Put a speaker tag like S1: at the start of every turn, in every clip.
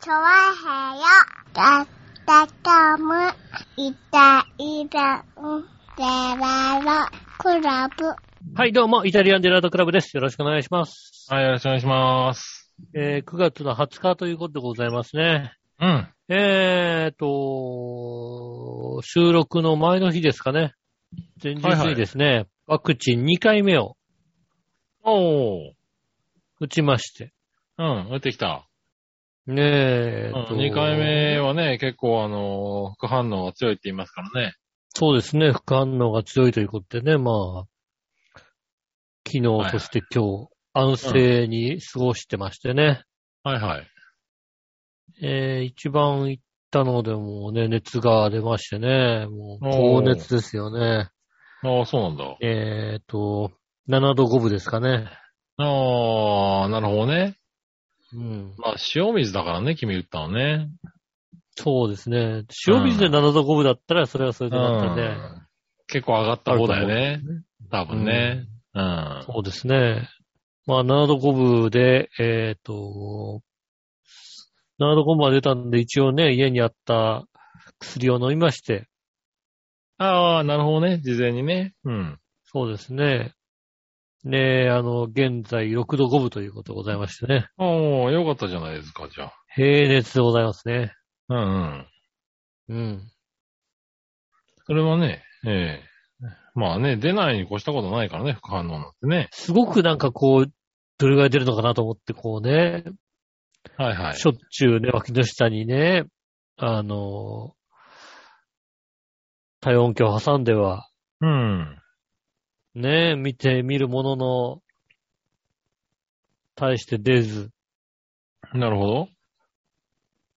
S1: チョワヘヨだったかむいたいたんでららクラブ
S2: はい、どうも、イタリアンジェラートクラブです。よろしくお願いします。
S3: はい、よろしくお願いします。
S2: えー9月の20日ということでございますね。
S3: うん。
S2: えーと、収録の前の日ですかね。前日にですね、ワクチン2回目を
S3: おー。
S2: 打ちまして。
S3: うん、打ってきた。
S2: ねえ、えーと
S3: 2回目はね、結構あのー、副反応が強いって言いますからね。
S2: そうですね、副反応が強いということでね、まあ、昨日、
S3: はい
S2: そして今日、安静に過ごしてましてね。
S3: はいはい。
S2: えー一番行ったのでもうね、熱が出ましてね、もう高熱ですよね。
S3: ああ、そうなんだ。
S2: えっ、と、7度5分ですかね。
S3: ああ、なるほどね。
S2: うん。
S3: まあ、塩水だからね、君打ったのね。
S2: そうですね。塩水で7度5分だったら、それはそれでだったんで、
S3: うん結構上がった方だよね。多分ね。うん。
S2: そうですね。まあ、7度5分で、えっ、と、7度5分まで出たんで、一応ね、家にあった薬を飲みまして、
S3: ああ、なるほどね。事前にね。うん。
S2: そうですね。ねあの、現在6度5分ということでございましてね。
S3: おー、よかったじゃないですか、じゃあ。
S2: 平熱でございますね。
S3: うんうん。
S2: うん。
S3: それはね、ええまあね、出ないに越したことないからね、副反応なんてね。
S2: すごくなんかこう、どれぐらい出るのかなと思って、こうね、
S3: はいはい。
S2: しょっちゅうね、脇の下にね、あの、体温計を挟んでは、
S3: うん。
S2: ね、見てみるものの、対して出ず。
S3: なるほど。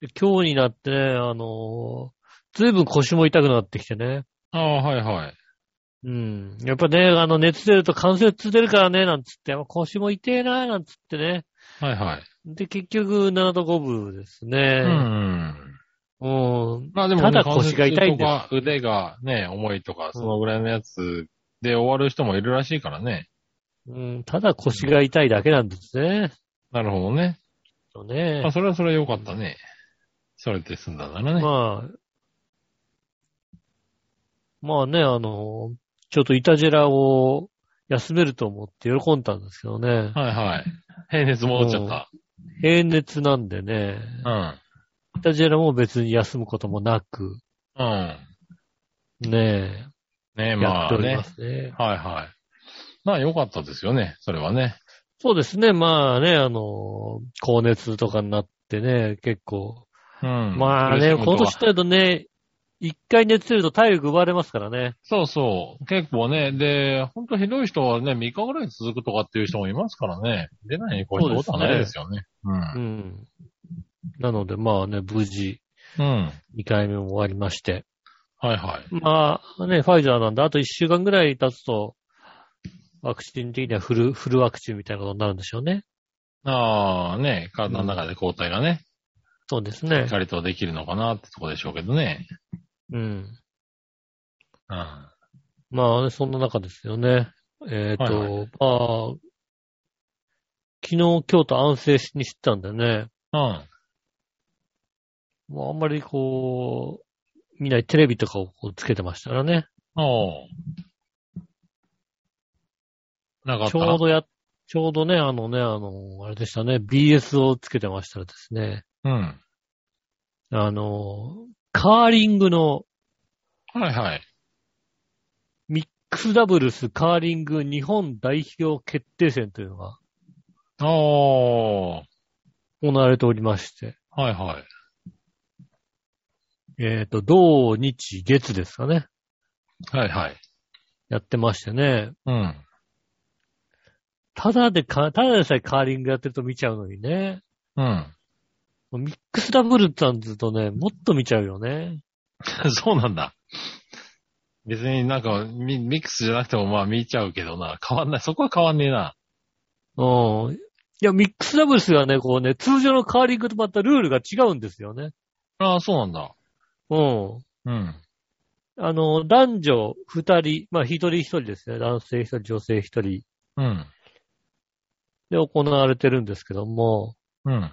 S2: で今日になってね、あの、ずいぶん腰も痛くなってきてね。
S3: ああ、はいはい。
S2: うん。やっぱね、あの、熱出ると関節出るからね、なんつって、やっぱ腰も痛えな、なんつってね。
S3: はいはい。
S2: で、結局、7度5分です
S3: う
S2: ね。
S3: ん。
S2: うん。
S3: まあでも、
S2: ただ腰が痛いんです
S3: 関節とか腕がね、重いとか、そのぐらいのやつで終わる人もいるらしいからね。
S2: うん。ただ腰が痛いだけなんですね。
S3: なるほどね。
S2: とね
S3: まあ、。それはそれは良かったね。それで済んだならね。
S2: まあ。まあね、あの、ちょっとイタジェラを休めると思って喜んだんですけどね。
S3: はいはい。平熱戻っちゃった。
S2: 平熱なんでね。
S3: うん。
S2: イタジェラも別に休むこともなく、
S3: うん。
S2: ね
S3: ね
S2: え、や
S3: ま
S2: って
S3: あ
S2: おりま
S3: ね。
S2: すね。
S3: はいはい。まあ良かったですよね。それはね。
S2: そうですね、まあね、あの、高熱とかになってね、結構、
S3: うん。
S2: まあね、
S3: 苦しむ
S2: この
S3: とは
S2: 年だとね、一回熱出ると体力奪われますからね。
S3: そうそう。結構ね。で、ほんとひどい人はね、3日ぐらい続くとかっていう人もいますからね。出ないにこうしたことはないですよね。う
S2: うん。なのでまあね、無事、
S3: ん。うん。
S2: 2回目も終わりまして。
S3: はいはい。
S2: まあね、ファイザーなんで、あと1週間ぐらい経つと、ワクチン的にはフル、フルワクチンみたいなことになるんでしょうね。
S3: ああ、ね、体の中で抗体がね、
S2: そうです
S3: し
S2: ね
S3: っ。かりとできるのかなってとこでしょうけどね。
S2: うん。
S3: うん。
S2: まあね、そんな中ですよね。えっ、と、ま
S3: はいは
S2: あ、昨日、今日と安静しにしてたんでね、
S3: うん。
S2: もうあんまりこう、見ないテレビとかをこうつけてましたからね。
S3: おうなかった
S2: ちょうどや、ちょうどね、あのね、あの、あれでしたね、BS をつけてましたらですね、
S3: うん。は
S2: あの、カーリングの、
S3: いはい。
S2: クスダブルスカーリング日本代表決定戦というのが
S3: おー。
S2: 行われておりまして、
S3: はいはい。
S2: えっ、と、土日月ですかね、
S3: はいはい。
S2: やってましてね、
S3: うん。
S2: ただでか、ただでさえカーリングやってると見ちゃうのにね、
S3: うん。
S2: ミックスダブルってんずとね、もっと見ちゃうよね。
S3: そうなんだ。別になんかミ、ミックスじゃなくてもまあ見ちゃうけどな。変わんない。そこは変わんねえな。
S2: うん。いや、ミックスダブルスがね、こうね、通常のカーリングとまたルールが違うんですよね。
S3: ああ、そうなんだ。
S2: うん。
S3: うん。
S2: あの、男女二人、まあ一人一人ですね。男性一人、女性一人
S3: うん。
S2: で行われてるんですけども、
S3: うん。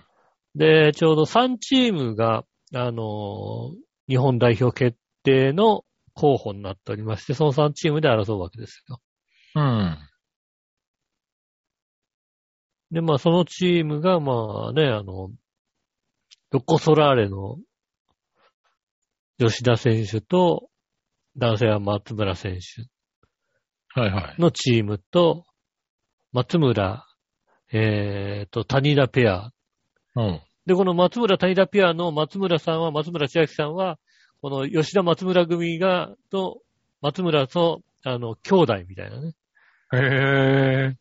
S2: で、ちょうど3チームが、あの、日本代表決定の候補になっておりまして、その3チームで争うわけですよ。
S3: うん。
S2: で、まあ、そのチームが、まあね、あの、ロコ・ソラーレの吉田選手と、男性は松村選手
S3: はいはい。
S2: のチームと、松村、えーと、谷田ペア。
S3: うん。
S2: で、この松村、谷田ペアの松村さんは、松村千秋さんは、この吉田、松村組が、と、松村と、あの、兄弟みたいなね。
S3: へえ。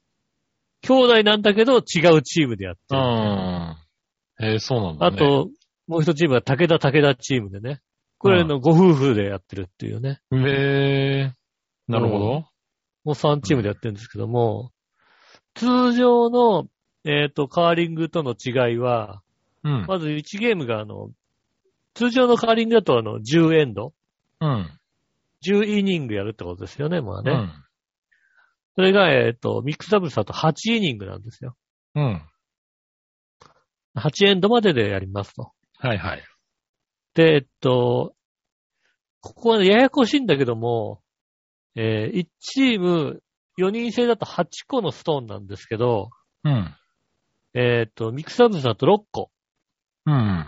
S2: 兄弟なんだけど、違うチームでやって
S3: う
S2: る。
S3: ん。えー、そうなんだ、
S2: あ
S3: ね。、
S2: と、もう一チームは武田武田チームでね。これのご夫婦でやってるっていうね。
S3: えー、なるほど。
S2: もう3チームでやってるんですけども、通常の、えっ、と、カーリングとの違いは、
S3: うん。
S2: まず1ゲームがあの、通常のカーリングだとあの、10エンド、
S3: うん。
S2: 10イニングやるってことですよね、まあね。
S3: うん
S2: それが、えっ、と、ミックスダブルスだと8イニングなんですよ。
S3: うん。
S2: 8エンドまででやりますと。
S3: はいはい。
S2: で、えっと、ここはねややこしいんだけども、えー1チーム4人制だと8個のストーンなんですけど、
S3: うん。
S2: えっと、ミックスダブルスだと6個。
S3: うん。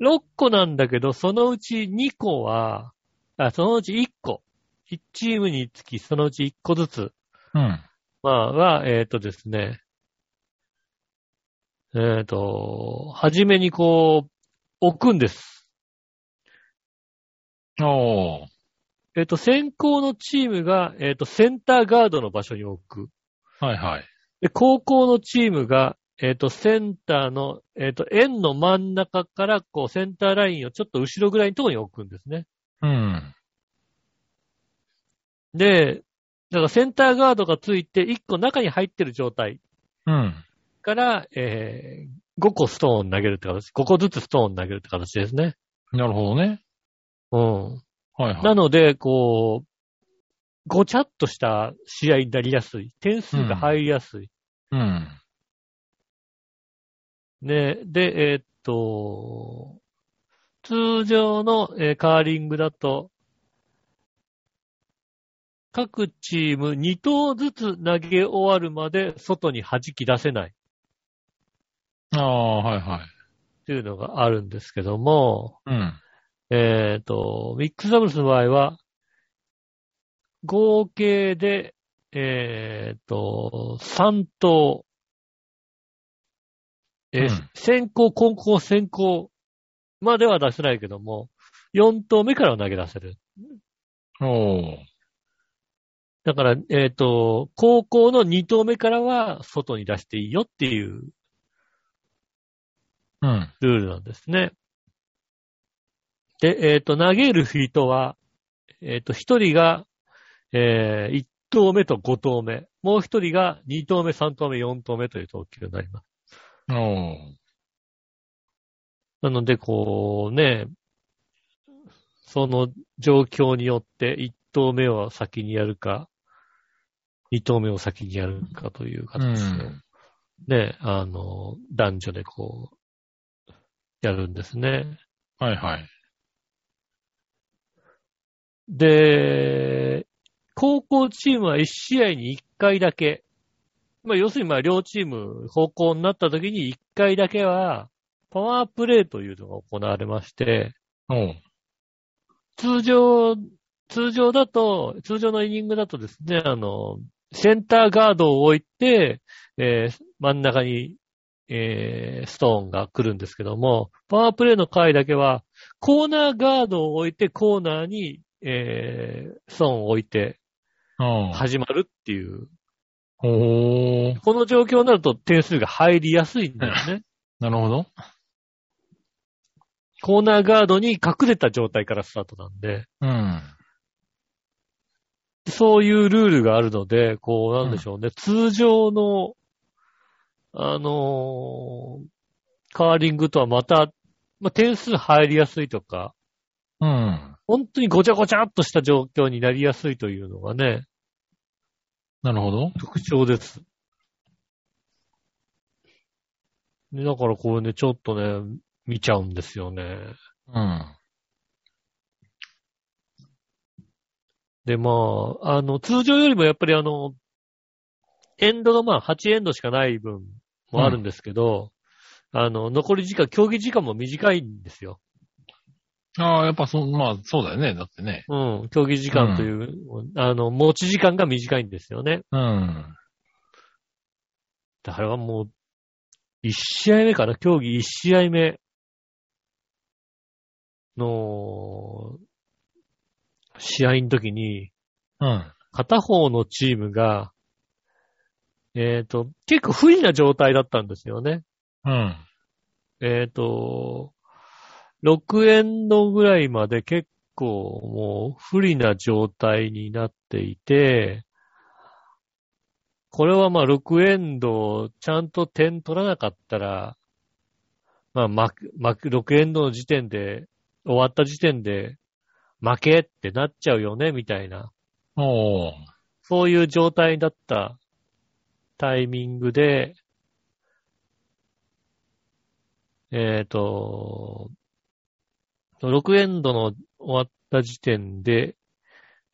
S2: 6個なんだけど、そのうち2個は、あ、そのうち1個。1チームにつき、そのうち1個ずつ。
S3: うん。
S2: まあ、は、えっ、とですね。えっ、と、はじめにこう、置くんです。
S3: おー。
S2: えっ、と、先行のチームが、えっ、と、センターガードの場所に置く。
S3: はいはい。
S2: で、高校のチームが、えっ、と、センターの、えっ、と、円の真ん中から、こう、センターラインをちょっと後ろぐらいのところに置くんですね。
S3: うん。
S2: で、だからセンターガードがついて、1個中に入ってる状態
S3: うん。
S2: から、え5個ストーン投げるって形。5個ずつストーン投げるって形ですね。
S3: なるほどね。
S2: うん。
S3: はいはい。
S2: なので、こう、ごちゃっとした試合になりやすい。点数が入りやすい。
S3: うん。
S2: ね、で、えーっと、通常の、えーカーリングだと、各チーム2投ずつ投げ終わるまで外に弾き出せない
S3: ああ、はいはい。
S2: というのがあるんですけども、
S3: うん。
S2: えーっと、ミックスダブルスの場合は、合計で、えーっと、3投、えー
S3: うん
S2: 先行、後攻、先行までは出せないけども、4投目からは投げ出せる。
S3: おー。
S2: だから、えっ、と、高校の2投目からは外に出していいよっていう
S3: うん。
S2: ルールなんですね。で、えっ、と、投げるフィートは、えっ、と、1人が、え1投目と5投目、もう1人が2投目、3投目、4投目という投球になります。
S3: おー。
S2: なので、こうね、その状況によって1投目を先にやるか、2投目を先にやるかという
S3: う
S2: 形で、
S3: ん。
S2: ね、あの、男女でこう、やるんですね。
S3: はいはい。
S2: で、高校チームは1試合に1回だけ、まあ要するにまあ両チーム方向になった時に1回だけは、パワープレイというのが行われまして、
S3: おー。
S2: 通常、通常だと、通常のイニングだとですね、あの、センターガードを置いて、えー真ん中に、えーストーンが来るんですけども、パワープレイの回だけは、コーナーガードを置いてコーナーに、えーストーンを置いて
S3: おー。
S2: 始まるっていう、
S3: おー。
S2: この状況になると点数が入りやすいんだよね。
S3: なるほど。
S2: コーナーガードに隠れた状態からスタートなんで。
S3: うん。
S2: そういうルールがあるので、こう、なんでしょうね。通常の、あのーカーリングとはまた、まあ、点数入りやすいとか、
S3: うん。
S2: 本当にごちゃごちゃっとした状況になりやすいというのがね、
S3: なるほど。
S2: 特徴です。ねだからこれね、ちょっとね、見ちゃうんですよね。
S3: うん。
S2: で、まあ、あの、通常よりもやっぱりあの、エンドがまあ8エンドしかない分もあるんですけど、あの、残り時間、競技時間も短いんですよ。
S3: ああ、やっぱそう、まあ、そうだよね。だってね。
S2: うん、競技時間という、あの、持ち時間が短いんですよね。
S3: うん。
S2: だからもう、1試合目かな、競技1試合目の、試合の時に、
S3: うん。
S2: 片方のチームが、えっ、と、結構不利な状態だったんですよね。
S3: うん。
S2: えっ、と、6エンドぐらいまで結構もう不利な状態になっていて、これはまあ6エンドちゃんと点取らなかったら、まあ負け、負け、6エンドの時点で、終わった時点で負けってなっちゃうよね、みたいな。
S3: おー。
S2: そういう状態だったタイミングで、えっ、と、6エンドの終わった時点で、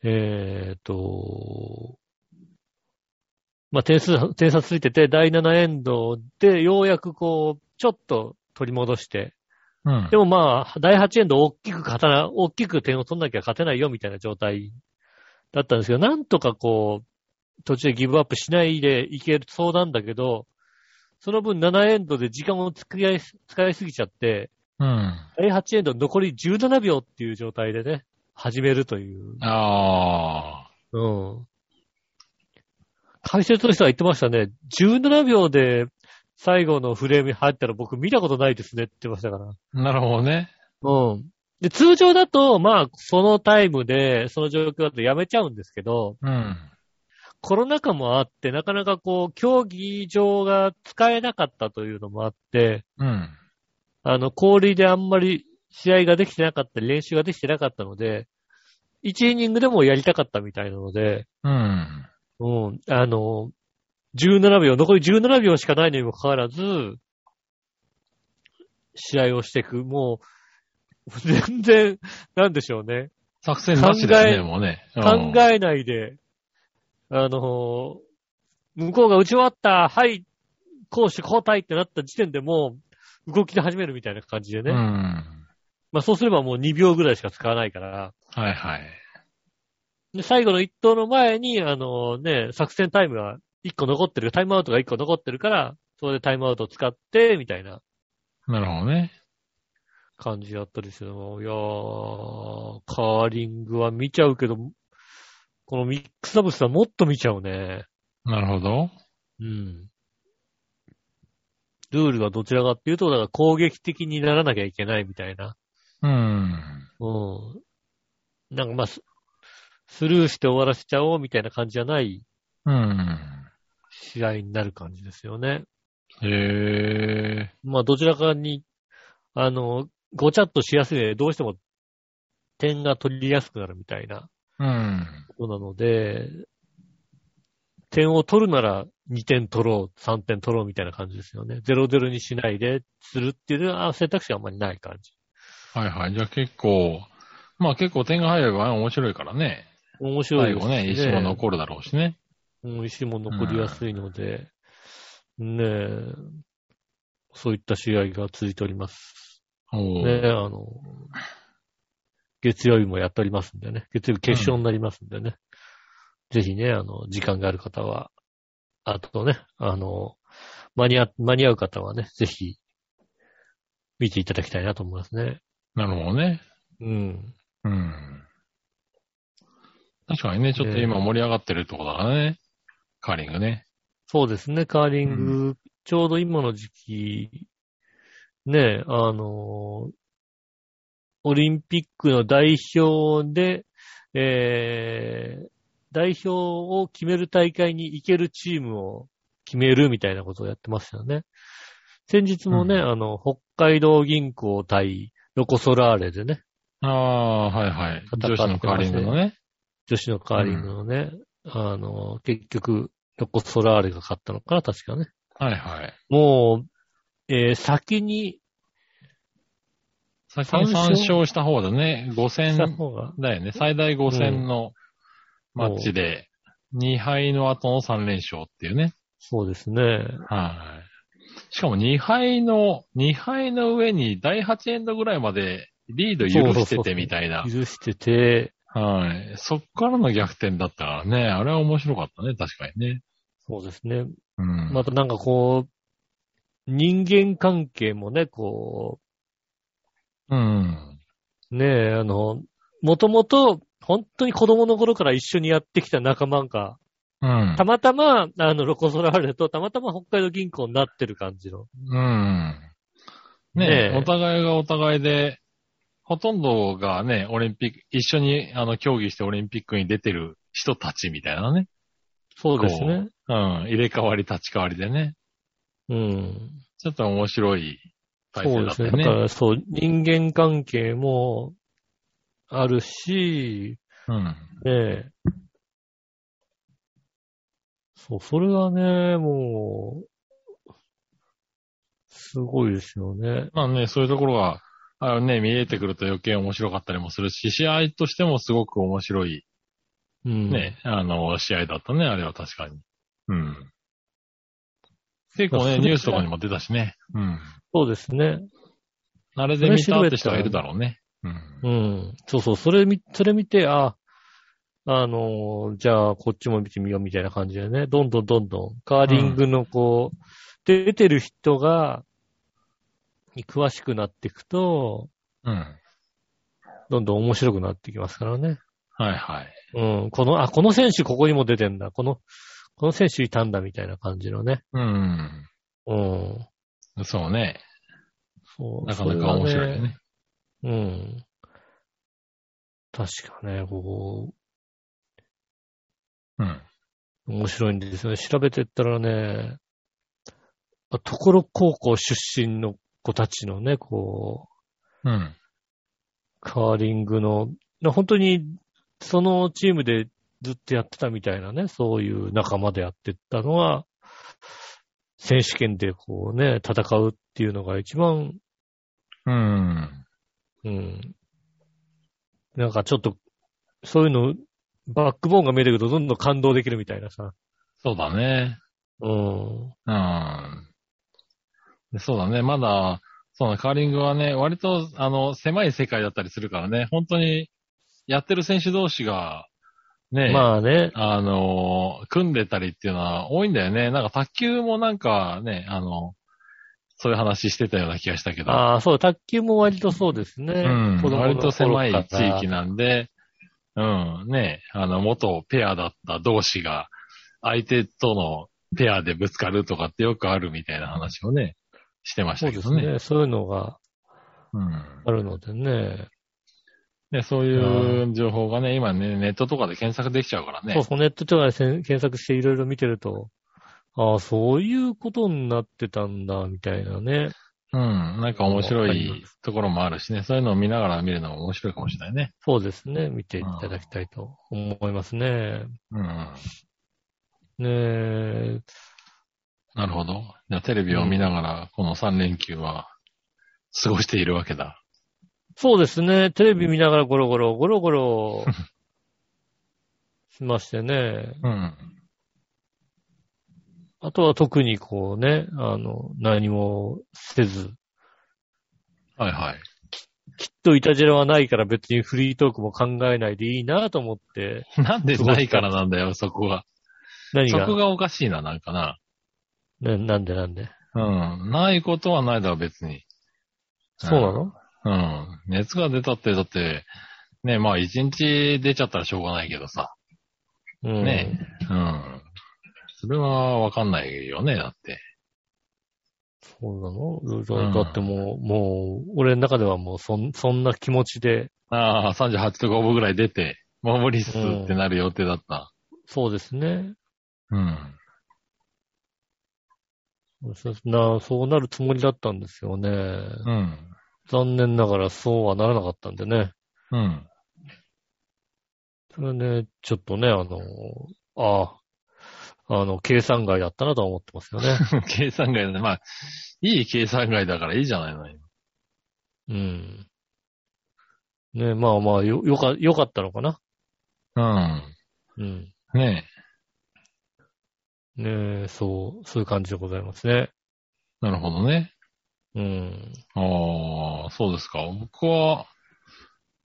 S2: えっ、と、まあ、点数、点差ついてて、第7エンドで、ようやくこう、ちょっと取り戻して、
S3: うん
S2: で。もまあ、第8エンド大きく勝たな、大きく点を取んなきゃ勝てないよみたいな状態だったんですけど、なんとかこう、途中でギブアップしないでいけそうなんだけど、その分7エンドで時間を使い、使いすぎちゃって、
S3: うん。
S2: 第8エンド残り17秒っていう状態でね、始めるという。
S3: ああ。
S2: うん。解説の人は言ってましたね。17秒で最後のフレームに入ったら僕見たことないですねって言ってましたから。
S3: なるほどね。
S2: うん。で、通常だと、まあ、そのタイムで、その状況だとやめちゃうんですけど、
S3: うん。
S2: コロナ禍もあって、なかなかこう、競技場が使えなかったというのもあって、
S3: うん。
S2: あの、氷であんまり試合ができてなかったり、練習ができてなかったので、1イニングでもやりたかったみたいなので、
S3: うん。
S2: うん、あの、17秒、残り17秒しかないのにもかかわらず、試合をしていく。もう、全然、なんでしょうね。
S3: 作戦なしだ
S2: 考
S3: よね、もうね。
S2: 考えないで、あのー向こうが打ち終わった、はい、攻守交代ってなった時点でもう、動きで始めるみたいな感じで
S3: え
S2: ね。
S3: うん。
S2: まあそうすればもう2秒ぐらいしか使わないから。
S3: はいはい。
S2: で、最後の1投の前に、あのーね、作戦タイムが1個残ってる、タイムアウトが1個残ってるから、それでタイムアウトを使って、みたいな
S3: なるほどね。
S2: 感じだったりするの。いやー、カーリングは見ちゃうけど、このミックスダブルスはもっと見ちゃうね。
S3: なるほど。
S2: うん。ルールがどちらかっていうと、だから攻撃的にならなきゃいけないみたいな。
S3: うん。
S2: うん。なんかまあ、ススルーして終わらせちゃおうみたいな感じじゃない
S3: うん。
S2: 試合になる感じですよね。
S3: へえ。
S2: まあ、どちらかに、あの、ごちゃっとしやすいので、どうしても点が取りやすくなるみたいな
S3: うん。
S2: ことなので、点を取るなら2点取ろう、3点取ろうみたいな感じですよね。0-0にしないで、するっていうのは選択肢があんまりない感じ。
S3: はいはい。じゃあ結構、まあ結構点が入れば面白いからね。
S2: 面白い
S3: 最
S2: です
S3: 後
S2: ね。
S3: ね、石も残るだろうしね。
S2: うん石も残りやすいので、ねえ、そういった試合が続いております。
S3: お
S2: ね
S3: ー
S2: え、あの、月曜日もやっておりますんでね。月曜日決勝になりますんでね。ぜひね、あの、時間がある方は、あとね、あの、間に合、間に合う方はね、ぜひ、見ていただきたいなと思いますね。
S3: なるほどね。
S2: うん。
S3: うん。確かにね、ちょっと今盛り上がってるとこだからね。カーリングね。
S2: そうですね、カーリング、ちょうど今の時期、ね、あの、オリンピックの代表で、えー、代表を決める大会に行けるチームを決めるみたいなことをやってますよね。先日もね、
S3: う
S2: あの、北海道銀行対ロコソラーレでね、
S3: ああ、はいはい。
S2: 戦
S3: 女
S2: ってます
S3: 子
S2: ね
S3: のカーリングのね。
S2: 女子のカーリングのね、あの、結局、ロコソラーレが勝ったのかな、確かね。
S3: はいはい。
S2: もう、えー先に
S3: 先に3勝した方だね。5
S2: した
S3: 戦
S2: 方が、
S3: だよね。最大5戦のマッチで、2敗の後の3連勝っていうね。
S2: そうですね。
S3: はい。しかも2敗の、2敗の上に第8エンドぐらいまでリード許しててみたいな。
S2: 許してて、
S3: はい。そっからの逆転だったからね。あれは面白かったね。確かにね。
S2: そうですね。
S3: うん。
S2: またなんかこう、人間関係もね、こ
S3: うん。
S2: う、ねえ、あの、もともと、本当に子供の頃から一緒にやってきた仲間が、
S3: うん
S2: た。またま、あの、ロコソラーレとたまたま北海道銀行になってる感じの。
S3: うん。
S2: ね
S3: ね
S2: え
S3: え、お互いがお互いで、ほとんどがね、オリンピック、一緒に、あの、競技してオリンピックに出てる人たちみたいなね。
S2: そうですね。
S3: うん。入れ替わり立ち替わりでね。
S2: うん。
S3: ちょっと面白い体
S2: そ
S3: 制
S2: う
S3: だ
S2: で
S3: っ
S2: す
S3: た
S2: ね。
S3: よ
S2: だ
S3: ね。
S2: からそう、人間関係もあるし、
S3: うん。
S2: ねえ。そう、それはね、もう、すごいですよね。
S3: まあね、そういうところが、あのね、見えてくると余計面白かったりもするし、試合としてもすごく面白い、
S2: うん。
S3: ね、あの、試合だったね、あれは確かに。うん。結構
S2: まあ
S3: ね、
S2: それ
S3: ニュースとかにも出たしね。うん。
S2: そうですね。
S3: あれで見たって人がいるだろうね。うん。
S2: うん。そうそう、それ見、それ見て、あ、あのーじゃあ、こっちも見てみようみたいな感じでね、どんどんどんどん、カーリングのこう、出てる人が、に詳しくなっていくと、
S3: うん。
S2: どんどん面白くなってきますからね。
S3: はいはい。
S2: うん。この、あ、この選手ここにも出てんだ。この、この選手いたんだみたいな感じのね。
S3: うん。
S2: うん。
S3: そうね。
S2: そう。
S3: なかなか面
S2: それ
S3: 白
S2: はい
S3: よね。
S2: うん。確かね、こ
S3: うん。
S2: う、面白いんですよね。調べてったらね、あところ高校出身の子たちのね、こう、
S3: うん。
S2: カーリングの、な本当に、そのチームでずっとやってたみたいなね、そういう仲間でやってったのは、選手権でこうね、戦うっていうのが一番
S3: うん。
S2: うん。なんかちょっと、そういうの、バックボーンが見えてくるとどんどん感動できるみたいなさ。
S3: そうだね。
S2: うん。
S3: うん。でそうだね。まだ、そうだ、カーリングはね、割と、あの、狭い世界だったりするからね、本当に、やってる選手同士が、ね、
S2: まあね。
S3: あのー、組んでたりっていうのは多いんだよね。なんか卓球もなんかね、あの、そういう話してたような気がしたけど。
S2: ああ、そう、卓球も割とそうですね。
S3: うん、割と狭い地域
S2: な。
S3: なんで、うん、ね、あの、元ペアだった同士が、相手とのペアでぶつかるとかってよくあるみたいな話をね、してまし
S2: そうで
S3: たけ
S2: す
S3: どね。
S2: ね。そういうのが
S3: うん。
S2: あるのでね。
S3: ね、そういう情報がね、今ね、ネットとかで検索できちゃうからね。
S2: そうそう、ネットとかでせん検索していろいろ見てると、ああ、そういうことになってたんだ、みたいなね。
S3: うん。なんか面白
S2: わかり
S3: いところもあるしね、そういうのを見ながら見るのも面白いかもしれないね。
S2: そうですね。見ていただきたいと思いますね。
S3: うん。
S2: ねえ。
S3: なるほど。じゃあテレビを見ながら、この3連休は、過ごしているわけだ。
S2: そうですね。テレビ見ながらゴロゴロ、ゴロゴ ロしましてね。
S3: うん。
S2: あとは特にこうね、あの、何もせず。
S3: はいはい。
S2: きっとイタジェラはないから別にフリートークも考えないでいいなと思って。
S3: なんでないからなんだよ、そこが。
S2: 何
S3: そ
S2: が
S3: こがおかしいな、なんかな。
S2: ななんでなんで。
S3: うん。ないことはないだろ、別に。
S2: そうなの
S3: うん。熱が出たって、だって、ね、まあ一日出ちゃったらしょうがないけどさ。
S2: うん。
S3: ねうん。それはわかんないよね、だって。
S2: そうなの
S3: うん
S2: だってもう、もう、俺の中ではもうそん、そんな気持ちで、
S3: ああ、38と5分ぐらい出て、もう無理っすってなる予定だった。
S2: そうですね。
S3: うん。
S2: そなそうなるつもりだったんですよね。
S3: うん。
S2: 残念ながらそうはならなかったんでね。
S3: うん。
S2: それね、ちょっとね、あの、ああの、計算外だったなとは思ってますよ ね。
S3: 計算外だね。まあ、いい計算外だからいいじゃないの。今
S2: うん。ねまあまあ、よ、よか、よかったのかな。うん。
S3: うん。ね
S2: ねえ、そう、そういう感じでございますね。
S3: え。なるほどね。
S2: うん。
S3: ああ、そうですか。僕は、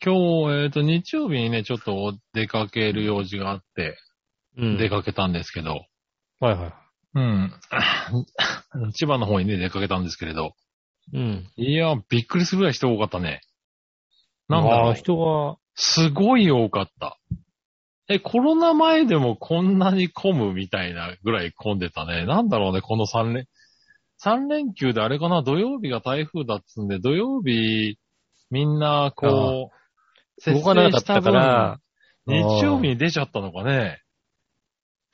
S3: 今日、えっ、と、日曜日にね、ちょっと出かける用事があって、
S2: うん。
S3: 出かけたんですけど、
S2: はいは
S3: うん。 千葉の方にね、出かけたんですけれど、
S2: い。うん。
S3: いや、びっくりするぐらい人多かったね。なんだ
S2: あ
S3: ろ
S2: あ、
S3: う。
S2: 人が、
S3: すごい多かった。え、コロナ前でもこんなに混むみたいなぐらい混んでたね。なんだろうね、この3連、3連休であれかな、土曜日が台風だっつんで、土曜日、みんな、こう、
S2: 動かなかったから、
S3: 節制した分、日曜日
S2: あー
S3: に出ちゃったのかね。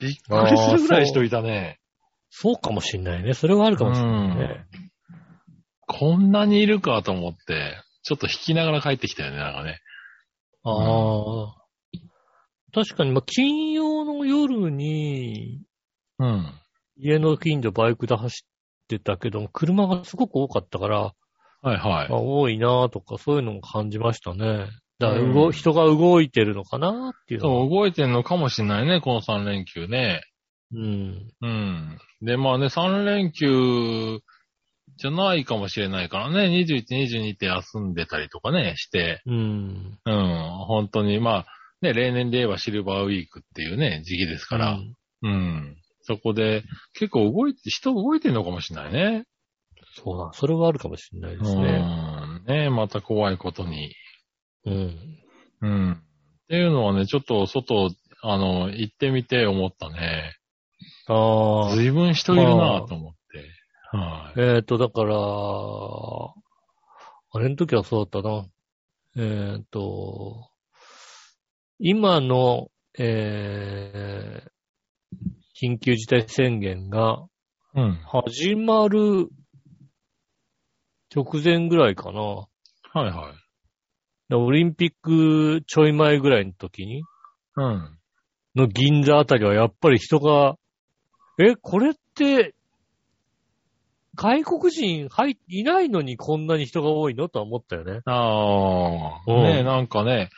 S3: びっくりするぐらい人いたね。
S2: そうかもしんないね。それはあるかもしんないね。
S3: こんなにいるかと思って、ちょっと引きながら帰ってきたよね、なんかね。
S2: ああ。確かに、まあ、金曜の夜に、
S3: うん。
S2: 家の近所バイクで走ってたけども、車がすごく多かったから、
S3: はいはい。
S2: あ多いなとか、そういうのも感じましたね。だから
S3: うん
S2: 動、人が動いてるのかなっていうの
S3: そ
S2: は
S3: う、動いてんのかもしれないね、この3連休ね。
S2: うん。
S3: うん。で、まあね、3連休じゃないかもしれないからね、21、22って休んでたりとかね、して、
S2: うん。
S3: うん、本当に、まあ、ね、例年で言えばシルバーウィークっていうね、時期ですから、
S2: うん
S3: うん。そこで、結構動いて、人動いてんのかもしれないね。
S2: そうだ、それはあるかもしれないですね。
S3: うん。ね、また怖いことに。
S2: うん。
S3: うん。っていうのはね、ちょっと外、あの、行ってみて思ったね。
S2: ああ。
S3: 随分人いるなぁと思って。はい。
S2: えっ、と、だから、あれの時はそうだったな。えっ、と、今の、えー、緊急事態宣言が
S3: うん。
S2: 始まる直前ぐらいかな。
S3: はいはい。
S2: でオリンピックちょい前ぐらいの時に、
S3: うん。
S2: の銀座あたりはやっぱり人が、え、これって、外国人入っいないのにこんなに人が多いのとは思ったよね。
S3: ああ。
S2: うん
S3: ねえなんかね、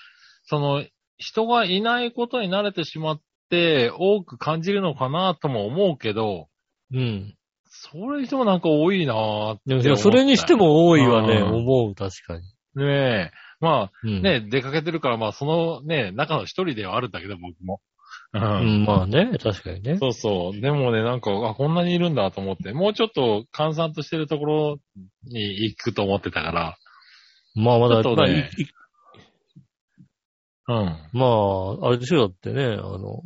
S3: その、人がいないことに慣れてしまって、多く感じるのかなとも思うけど、
S2: うん。
S3: それにしてもなんか多いなぁって
S2: で
S3: 思
S2: も
S3: っ
S2: い
S3: た
S2: やそれにして。も多いわね、
S3: うん
S2: 思う、確かに。
S3: ねえ。ま
S2: うん
S3: あ、ねえ、出かけてるから、まあ、そのね、中の一人ではあるんだけど、僕も。う。
S2: うんん、まあね、確かに ね。
S3: そうそう。でもね、なんか、あ、こんなにいるんだと思って、もうちょっと閑散としてるところに行くと思ってたから、
S2: まあまだ、
S3: ちょ
S2: ま
S3: っと
S2: あ、
S3: ね
S2: いい
S3: うん。
S2: まあ、あれでしょ、だってね、あの、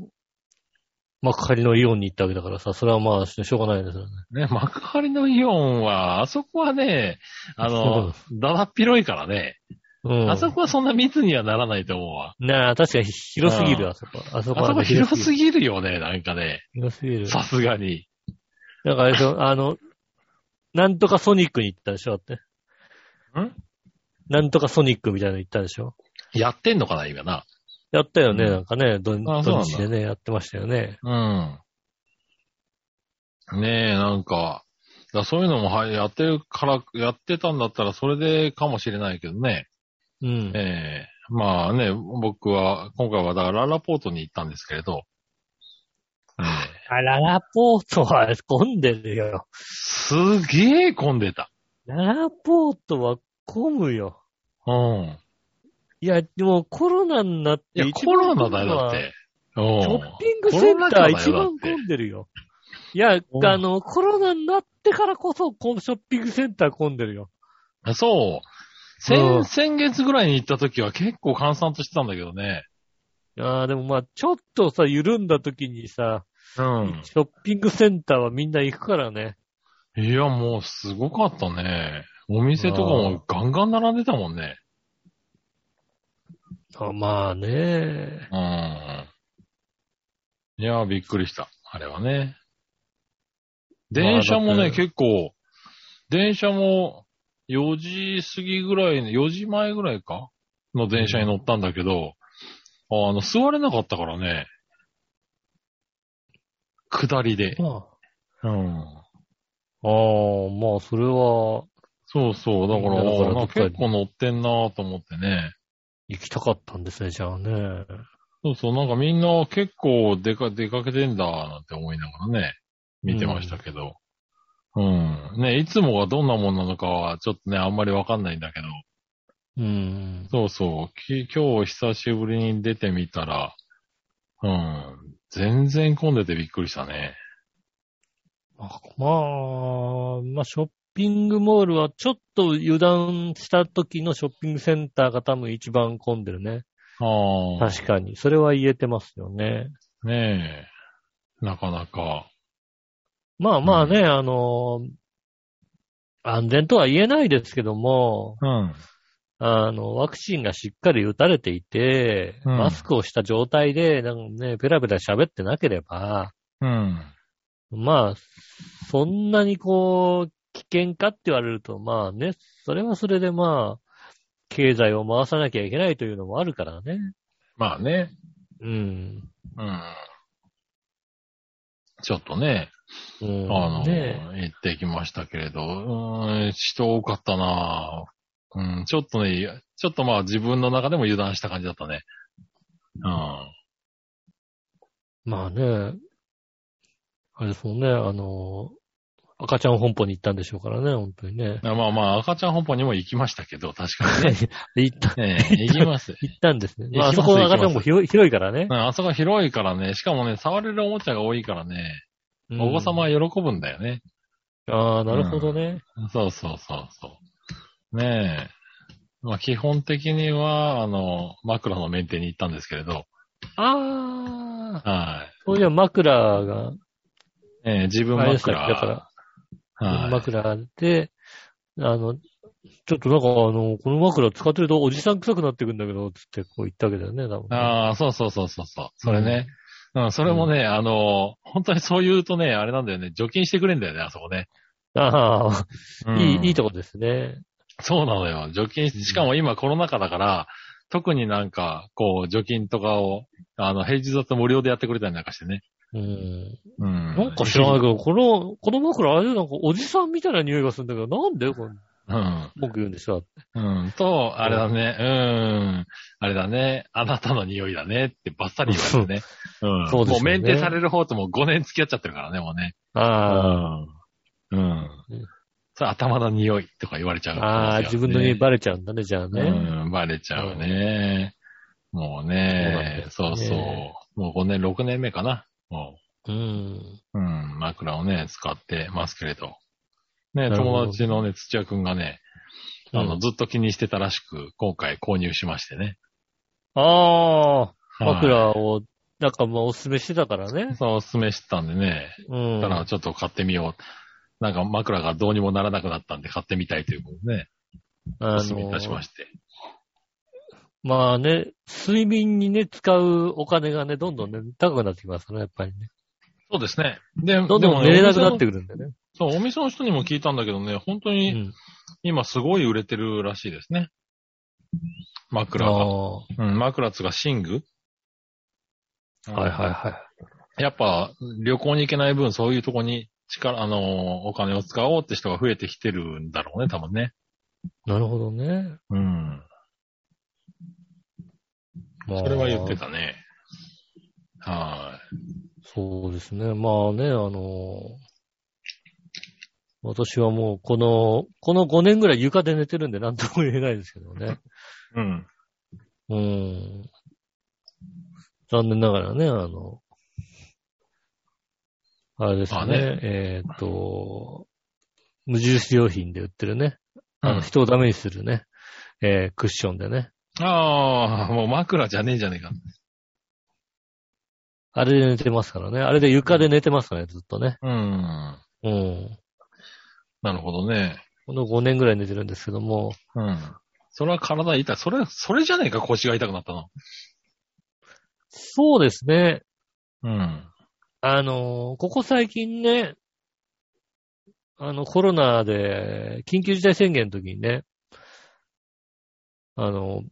S2: まあ仮のイオンに行ったわけだからさ、それはまあ、しょうがないですよね。
S3: ね、幕張のイオンは、あそこはね、あ
S2: そう
S3: の
S2: で、
S3: だだっ広いからね、
S2: うん。
S3: あそこはそんな密にはならないと思うわ。
S2: ねえ確かに広すぎ
S3: うん
S2: る、あそこ。あそこ
S3: あそこ広す
S2: ぎる。
S3: ぎるよね、なんかね。
S2: 広すぎる。
S3: さすがに。
S2: だからあれでし ょ、あの、なんとかソニックに行ったでしょだって。
S3: ん
S2: なんとかソニックみたいなの行ったでしょ
S3: やってんのかな、今な。
S2: やったよね、
S3: うん
S2: なんかね、土
S3: あそうなんだ
S2: 土日でね、やってましたよね。
S3: うん。ねえ、なんか、だそういうのもはいやってるから、やってたんだったらそれでかもしれないけどね。
S2: うん。
S3: ええまあね、僕は、今回はだからララポートに行ったんですけれど、ええ
S2: あ、ララポートは混んでるよ。
S3: すげえ混んでた。
S2: ララポートは混むよ。
S3: うん。
S2: いや、でもコロナになっ
S3: い
S2: て
S3: や、
S2: 一
S3: コロ
S2: 番混むの
S3: ナだ
S2: は
S3: よ、だって。シ
S2: ショッピングセンター一番混んでるよ。いや、
S3: うん
S2: あの、コロナになってからこそ、このショッピングセンター混んでるよ。う
S3: そう。先、
S2: ん
S3: 先月ぐらいに行った時は結構閑散としてたんだけどね。
S2: ああ、でもまあ、ちょっとさ、緩んだ時にさ、
S3: うん。
S2: ショッピングセンターはみんな行くからね。
S3: いや、もうすごかったね。お店とかもガンガン並んでたもんね。
S2: あまあね。
S3: うん。いや、びっくりした。あれはね。電車も
S2: まあだ
S3: ね、
S2: って
S3: 結構、電車も4時過ぎぐらいの、4時前ぐらいかの電車に乗ったんだけど、あの、座れなかったからね。下りで。
S2: ま
S3: う
S2: あ、あ
S3: ん。
S2: あ、まあ、それは、
S3: そうそう。だか
S2: だから
S3: ら、なんか
S2: 絶対
S3: 結構乗ってんなと思ってね。
S2: 行きたかったんですね、じゃあね。
S3: そうそう。なんかみんな結構出か、出かけてんだなんて思いながらね、見てましたけど。うん。ね、いつもがどんなもんなのかは、ちょっとね、あんまりわかんないんだけど。
S2: うん。
S3: そうそう。き今日久しぶりに出てみたら、うん。全然混んでてびっくりしたね。
S2: まあ、まあ、まあショッピングモールはちょっと油断した時のショッピングセンターが多分一番混んでるね。
S3: ああ。
S2: 確かに。それは言えてますよね。
S3: ねえ。なかなか。
S2: まあまあね、あの、安全とは言えないですけども、
S3: うん。
S2: あの、ワクチンがしっかり打たれていて、
S3: うん
S2: マスクをした状態で、なんかね、ペラペラ喋ってなければ、
S3: うん。
S2: まあ、そんなにこう、危険かって言われると、まあね、それはそれでまあ、経済を回さなきゃいけないというのもあるからね。
S3: まあね。
S2: うん。
S3: うん。ちょっとね、
S2: うん、
S3: あの、
S2: ね
S3: 行ってきましたけれど、うーん、人多かったなぁうん、ちょっとね、ちょっとまあ自分の中でも油断した感じだったね。うん。
S2: まあね、あれですもんね、あの、赤ちゃん本舗に行ったんでしょうからね、本当に ね。
S3: まあまあ、赤ちゃん本舗にも行きましたけど、確かに ね。
S2: 行った、
S3: ええ行きます。
S2: 行ったんですね。まあ、あ
S3: 行き
S2: そ
S3: ます
S2: この赤ちゃんも広い広いからね
S3: う。んあそこ広いからね、しかもね、触れるおもちゃが多いからね、
S2: うん
S3: お子様は喜ぶんだよね。
S2: ああ、なるほどね。
S3: そうそうそうそう。ねえ。まあ基本的には、あの、枕のメンテに行ったんですけれど、
S2: ああ、
S3: は
S2: そういや枕が、
S3: い。ええ自分
S2: あれでしたっけ
S3: 枕。
S2: だから、
S3: はい、
S2: 枕で、あの、ちょっとなんかあの、この枕使ってるとおじさん臭くなってくんだけど、つってこう言ったわけだよね、多分ね。
S3: ああ、そうそうそうそうそう。それね。うん、それもね、あの、本当にそう言うとね、あれなんだよね、除菌してくれんだよね、あそこね。
S2: ああ、
S3: うん
S2: いい、いいとこですね。
S3: そうなのよ。除菌し、しかも今コロナ禍だから、特になんか、こう、除菌とかを、あの、平日だと無料でやってくれたりなんかしてね。
S2: うん。
S3: うん。
S2: なんか知らないけど、この、この枕あれなんかおじさんみたいな匂いがするんだけど、なんでこれ
S3: うん。
S2: 僕言うんでしょ
S3: うん、と、あれだね、うーん、あれだね、あなたの匂いだねってばっさり言われてね。うん、
S2: そうですよね
S3: もう免停される方とも5年付き合っちゃってるからね、もうね。
S2: ああ、
S3: うん。うん
S2: うん。
S3: それ頭の匂いとか言われちゃう、
S2: ああ、自分のに
S3: レ
S2: バレちゃうんだね、じゃあ
S3: ち
S2: ね。
S3: ゃうね。うん、バレちゃうね。もうね、
S2: そ
S3: そうう
S2: なんだよ
S3: そう
S2: ね。
S3: もう5年、6年目かな。もう
S2: うん。
S3: うん、枕をね、使ってますけれど。ね、
S2: なるほど
S3: 友達のね、土屋くんがね、あの、
S2: うん
S3: ずっと気にしてたらしく、今回購入しましてね。
S2: ああ、
S3: はい
S2: 枕を、なんかまあおすすめしてたからね。
S3: そう、おすすめしてたんでね。
S2: うん。
S3: だからちょっと買ってみよう。なんか枕がどうにもならなくなったんで買ってみたいということでね、
S2: あ
S3: お
S2: の
S3: すすめいたしまして。
S2: まあね、睡眠にね、使うお金がね、どんどんね、高くなってきますからね、やっぱりね。
S3: そうですね。で、
S2: どん
S3: で
S2: ど
S3: も
S2: ん
S3: ね
S2: 寝れなくなってくるんだよね。
S3: お店のそう、お店の人にも聞いたんだけどね、本当に
S2: うん
S3: 今すごい売れてるらしいですね。枕が。
S2: あ
S3: うん、枕つが寝具
S2: あはいはいは
S3: やっぱ旅行に行けない分、そういうとこに力、あのー、お金を使おうって人が増えてきてるんだろうね、多分ね。
S2: い。なるほどね。
S3: うん。
S2: まあ
S3: それは言って。たね。は
S2: そうですね。まあね、あの、私はもう、この、この5年ぐらい床で寝てるんで、なんとも言えないですけどね。
S3: い。うん。
S2: うん。残念ながらね、あの、あれですね、
S3: まあね
S2: えーっと、無印良品で売ってるね、あ
S3: う
S2: の
S3: ん
S2: 人をダメにするね、えークッションでね、
S3: ああ、もう枕じゃねえじゃねえか。
S2: あれで寝てますからね、あれで床で寝てますからね、ずっとね。
S3: うん。
S2: うん。
S3: なるほどね。
S2: この5年ぐらい寝てるんですけども、
S3: うん。それは体痛い。それ、それじゃねえか、腰が痛くなったの。
S2: そうですね、
S3: うん。
S2: あの、ここ最近ね、あの、コロナで、緊急事態宣言の時にね、あの、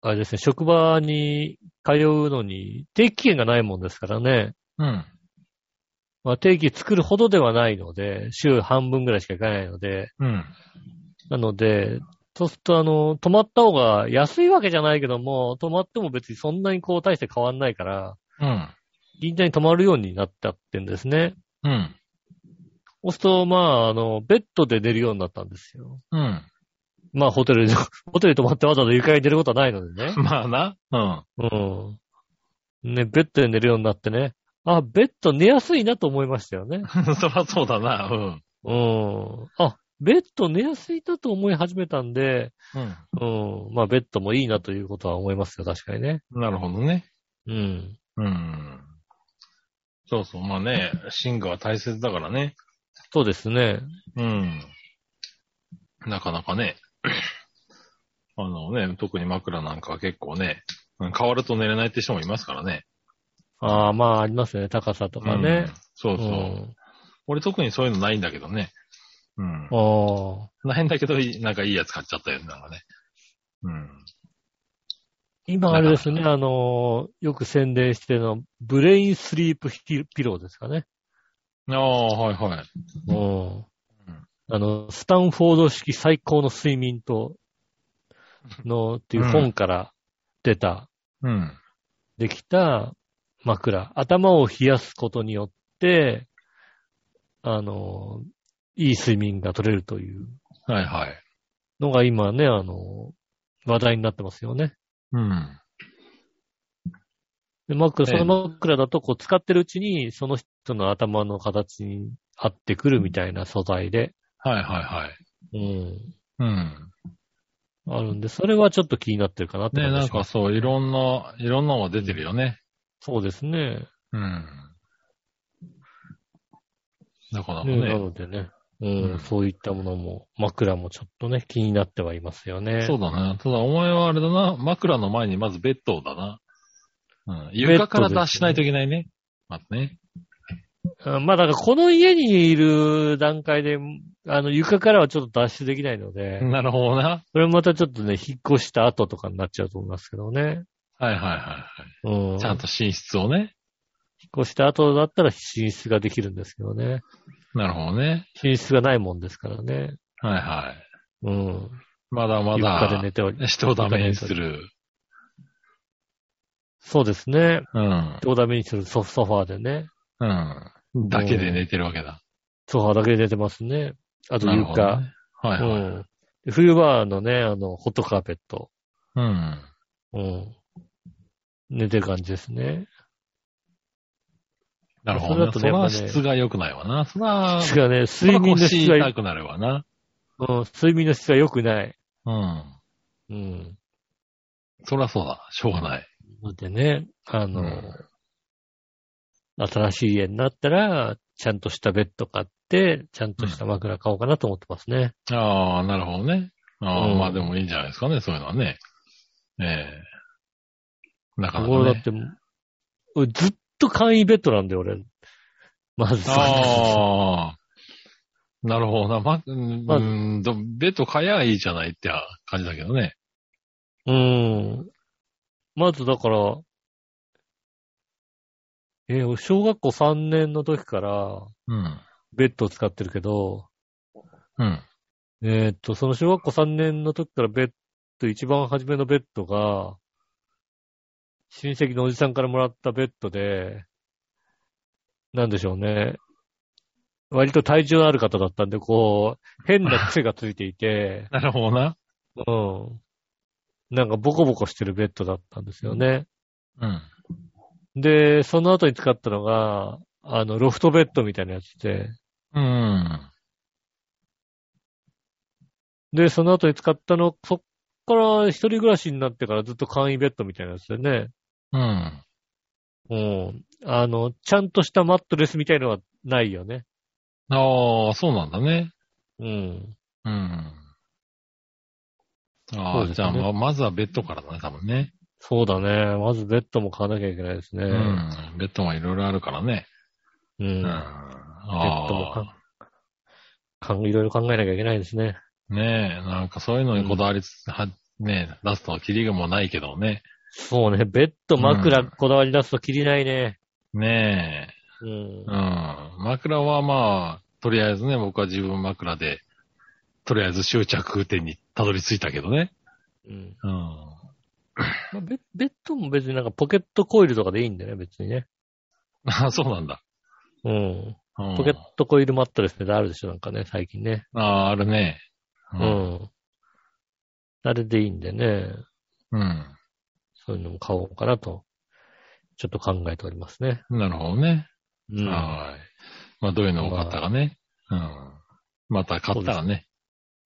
S2: あれですね、職場に通うのに、定期券がないもんですからね、
S3: うん。
S2: まあ、定期作るほどではないので、週半分ぐらいしか行かないので、
S3: うん。
S2: なので、そうすると、あの、泊まった方が安いわけじゃないけども、泊まっても別にそんなにこう大して変わんないから、
S3: うん。
S2: 銀座に泊まるようになっちゃってんですね。
S3: うん。
S2: そうすると、まあ、あの、ベッドで寝るようになったんですよ。
S3: うん。
S2: まあ、ホテルで、ホテルに泊 まってわざわざ床に寝ることはないのでね。
S3: まあな。うん。
S2: うん。ね、ベッドで寝るようになってね。あ、ベッド寝やすいなと思いましたよね。
S3: そりゃそうだな。うん。
S2: うん。あ、ベッド寝やすいなと思い始めたんで、
S3: う
S2: うん。まあ、ベッドもいいなということは思いますよ、確かにね。
S3: ん。なるほどね。
S2: うん。
S3: うん。そうそう。まあね、寝具は大切だからね。
S2: そうですね。
S3: うん。なかなかね。 あのね、特に枕なんかは結構ね、うん変わると寝れないって人もいますからね。
S2: ああ、まあ、ありますよね。高さとか
S3: うん
S2: ね。。
S3: そううそう。
S2: ん。
S3: 俺特にそういうのないんだけどね。うん。
S2: ああ。
S3: ないんだけど、いなんかいいやつ買っちゃったよね、なんかね。うん。
S2: 今、あれですね、あのーよく宣伝してるの、ブレインスリープピローですかね。
S3: ああ、はいは
S2: う
S3: い。
S2: ん。あの、スタンフォード式最高の睡眠と、の、っていう本から出た、
S3: うん。
S2: できた枕。頭を冷やすことによって、あのーいい睡眠が取れるという
S3: はいはい。
S2: のが今ね、あのー話題になってますよね。
S3: うん。
S2: で、枕、
S3: ええ
S2: その枕だと、こう、使ってるうちに、その人の頭の形に合ってくるみたいな素材で、
S3: はいはいはい。
S2: うん、
S3: うん。
S2: あるんで、それはちょっと気になってるかなって
S3: ね、
S2: 感じ
S3: な
S2: が
S3: ん
S2: しま
S3: か
S2: す。
S3: そう、いろんな、いろんなのが出てるよね。
S2: そうですね。
S3: うん。なかなか
S2: ねな
S3: ね。
S2: のでね、う、
S3: うんん
S2: そういったものも、枕もちょっとね、気になってはいますよね。
S3: そうだな。ただ、お前はあれだな。枕の前にまずベッドだな。うん。
S2: ベッドですね
S3: 床から脱しないといけないね。まずね。
S2: うんまあ、だから、この家にいる段階で、あの、床からはちょっと脱出できないので、
S3: なるほどな。
S2: それまたちょっとね、引っ越した後とかになっちゃうと思いますけどね。
S3: はいはいはい
S2: うん。
S3: はい。ちゃんと寝室をね。
S2: 引っ越した後だったら寝室ができるんですけどね。
S3: なるほどね。
S2: 寝室がないもんですからね。
S3: はいは
S2: う
S3: い。
S2: ん。
S3: まだま
S2: 床で
S3: だ
S2: 寝、ており。
S3: 人をダメにする。
S2: そうですね。
S3: うん。
S2: 人をダメにするソソファーでね。
S3: うん。だけで寝てるわけだ。
S2: ソファーだけで寝てますね。あと
S3: なるほど
S2: 床。
S3: ね。はいはい。
S2: うん。で冬場のね、あの、ホットカーペット。
S3: うん。
S2: うん。寝てる感じですね。
S3: なるほどね。
S2: そ
S3: そ
S2: れだとね
S3: ら
S2: やっぱね
S3: 質が良くないわな。そら、
S2: ですがね、睡眠の質
S3: そら腰
S2: が、
S3: 痛くなるわな。
S2: うん、睡眠の質が良くない。
S3: うん。
S2: うん。
S3: そらそうだ。しょうがない。
S2: のでね、あの、
S3: うん
S2: 新しい家になったら、ちゃんとしたベッド買って、ちゃんとした枕買おうかなと思ってますね。
S3: ああ、なるほどね。ああ、
S2: うん
S3: まあでもいいんじゃないですかね、そういうのはね。ええなか
S2: こ
S3: な
S2: こだ
S3: か
S2: っ
S3: ね。
S2: て、俺ずっと簡易ベッドなんで、俺。まず、
S3: ああ。なるほどな。ま、うん
S2: まあ
S3: うんどベッド買えばいいじゃないって感じだけどね。
S2: うん。まずだから、えー俺小学校3年の時から、
S3: うん。
S2: ベッドを使ってるけど、
S3: うん。、
S2: えーっと、その小学校3年の時からベッド、一番初めのベッドが、親戚のおじさんからもらったベッドで、なんでしょうね。割と体重のある方だったんで、こう、変な癖がついていて
S3: なるほどな。
S2: うん。なんかボコボコしてるベッドだったんですよね。
S3: うん。
S2: で、その後に使ったのが、あの、ロフトベッドみたいなやつで、
S3: うん。
S2: で、その後に使ったの、そっから一人暮らしになってからずっと簡易ベッドみたいなやつでね。
S3: うん。
S2: うん。あの、ちゃんとしたマットレスみたいのはないよね。
S3: ああ、そうなんだね。
S2: うん。
S3: うん。
S2: そ
S3: あ
S2: う
S3: あ、
S2: ですね
S3: じゃあま、まずはベッドからだね、多分ね。
S2: そうだね。まずベッドも買わなきゃいけないですね。
S3: うん。ベッドもいろいろあるからね。
S2: うん。
S3: うん。
S2: ベッドも
S3: ああ。
S2: かん、いろいろ考えなきゃいけないですね。
S3: ねえ、なんかそういうのにこだわりつつ、は、ねえ、出すとキリがもないけどね。
S2: そうね。ベッド、
S3: うん
S2: 枕、こだわり出すと切りないね。
S3: ね
S2: うん
S3: う。ん。枕はまあ、とりあえずね、僕は自分枕で、とりあえず終着点にたどり着いたけどね。
S2: うん。
S3: うん。
S2: まあ、ベベッドも別になんかポケットコイルとかでいいんだよね、別にね。
S3: あそうなんだ。
S2: うん。
S3: うん、
S2: ポケットコイルマットレスってあるでしょ、なんかね、最近ね。
S3: ああ、あるね。う
S2: う。ん。あれでいいんでね、
S3: うん。
S2: そういうのも買おうかなと、ちょっと考えておりますね。
S3: なるほどね。
S2: うん。
S3: はい。まあ、どういうのを買ったかね。うん。また買ったらね。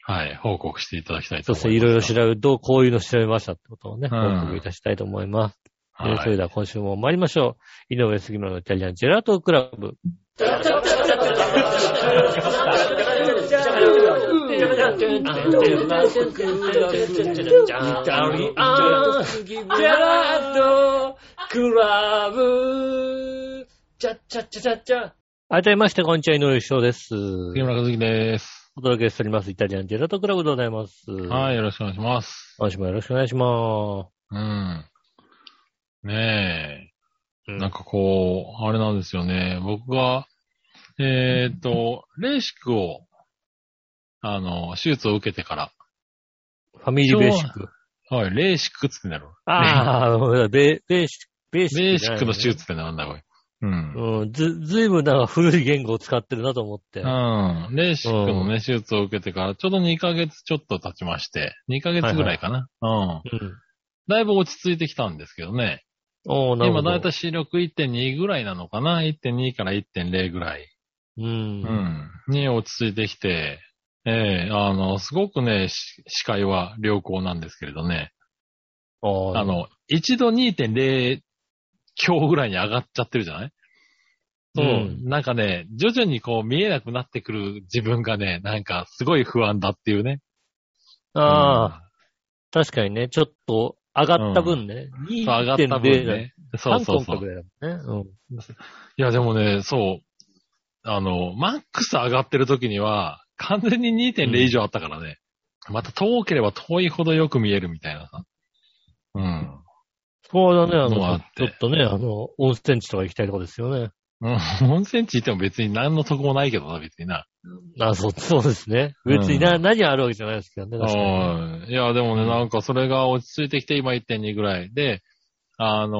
S3: はい。報告していただきたい
S2: そ
S3: と
S2: う
S3: 思いま
S2: です
S3: す。
S2: ね、いろいろ調べる、どう、こういうの調べましたってことをね、
S3: うん
S2: 報告いたしたいと思います。ね
S3: はい
S2: それでは今週も参りましょう。井上杉村のイタリアンジェラートクラブ。改めまして、こんにちは、井上翔です。
S3: 杉村和樹です。
S2: お届けしております。イタリアンジェラートクラブでございます。。
S3: はいい。よろしくお願いします。
S2: 今週もよろしくお願いしま
S3: うん。ね
S2: す。
S3: え。なんかこう、あれなんですよね。僕が、えーっと、レーシックを、あの、手術を受けてから、
S2: ファミリーベーシック。
S3: はい、レーシックっつってなる。
S2: ああ、ベベーシック。ベーシックじゃない、
S3: レーシックの手術ってなんだ、これ。うん。
S2: うん、ず、ずいぶんなんか古い言語を使ってるなと思って。
S3: うん。レーシックのね、手術を受けてから、ちょうど2ヶ月ちょっと経ちまして、2ヶ月ぐらいかな。うん。
S2: うん。
S3: だいぶ落ち着いてきたんですけどね。
S2: おーなるほ
S3: 今
S2: ど。
S3: だいたい視力1.2ぐらいなのかな ?1.2 から1.0ぐらい。
S2: う。
S3: うんん。に落ち着いてきて、ええあの、すごくね、し視界は良好なんですけれどね。
S2: あ
S3: あ、の、一度2.0強ぐらいに上がっちゃってるじゃないそう、
S2: うん
S3: なんかね、徐々にこう見えなくなってくる自分がね、なんかすごい不安だっていうね。
S2: ああ、確かにね、ちょっと上がった分ね。
S3: う
S2: 2.0
S3: ん、そう上がった分ね。そうそうそ
S2: ぐ
S3: う。
S2: らいだもんね。
S3: いやでもね、そう。あの、マックス上がってる時には、完全に2.0以上あったからね。また遠ければ遠いほどよく見えるみたいなさ。うん。
S2: そうだね、あの、
S3: のがあっ
S2: ちょ
S3: て
S2: っとね、あの、温泉地とか行きたいとこですよね。
S3: うん、温泉地行っても別に何の得もないけどな、別にな。
S2: あそう、そうですね。別にな、何あるわけじゃないですけどね、確かに。
S3: うんいや、でもね、なんかそれが落ち着いてきて、今1.2ぐらい。で、あの、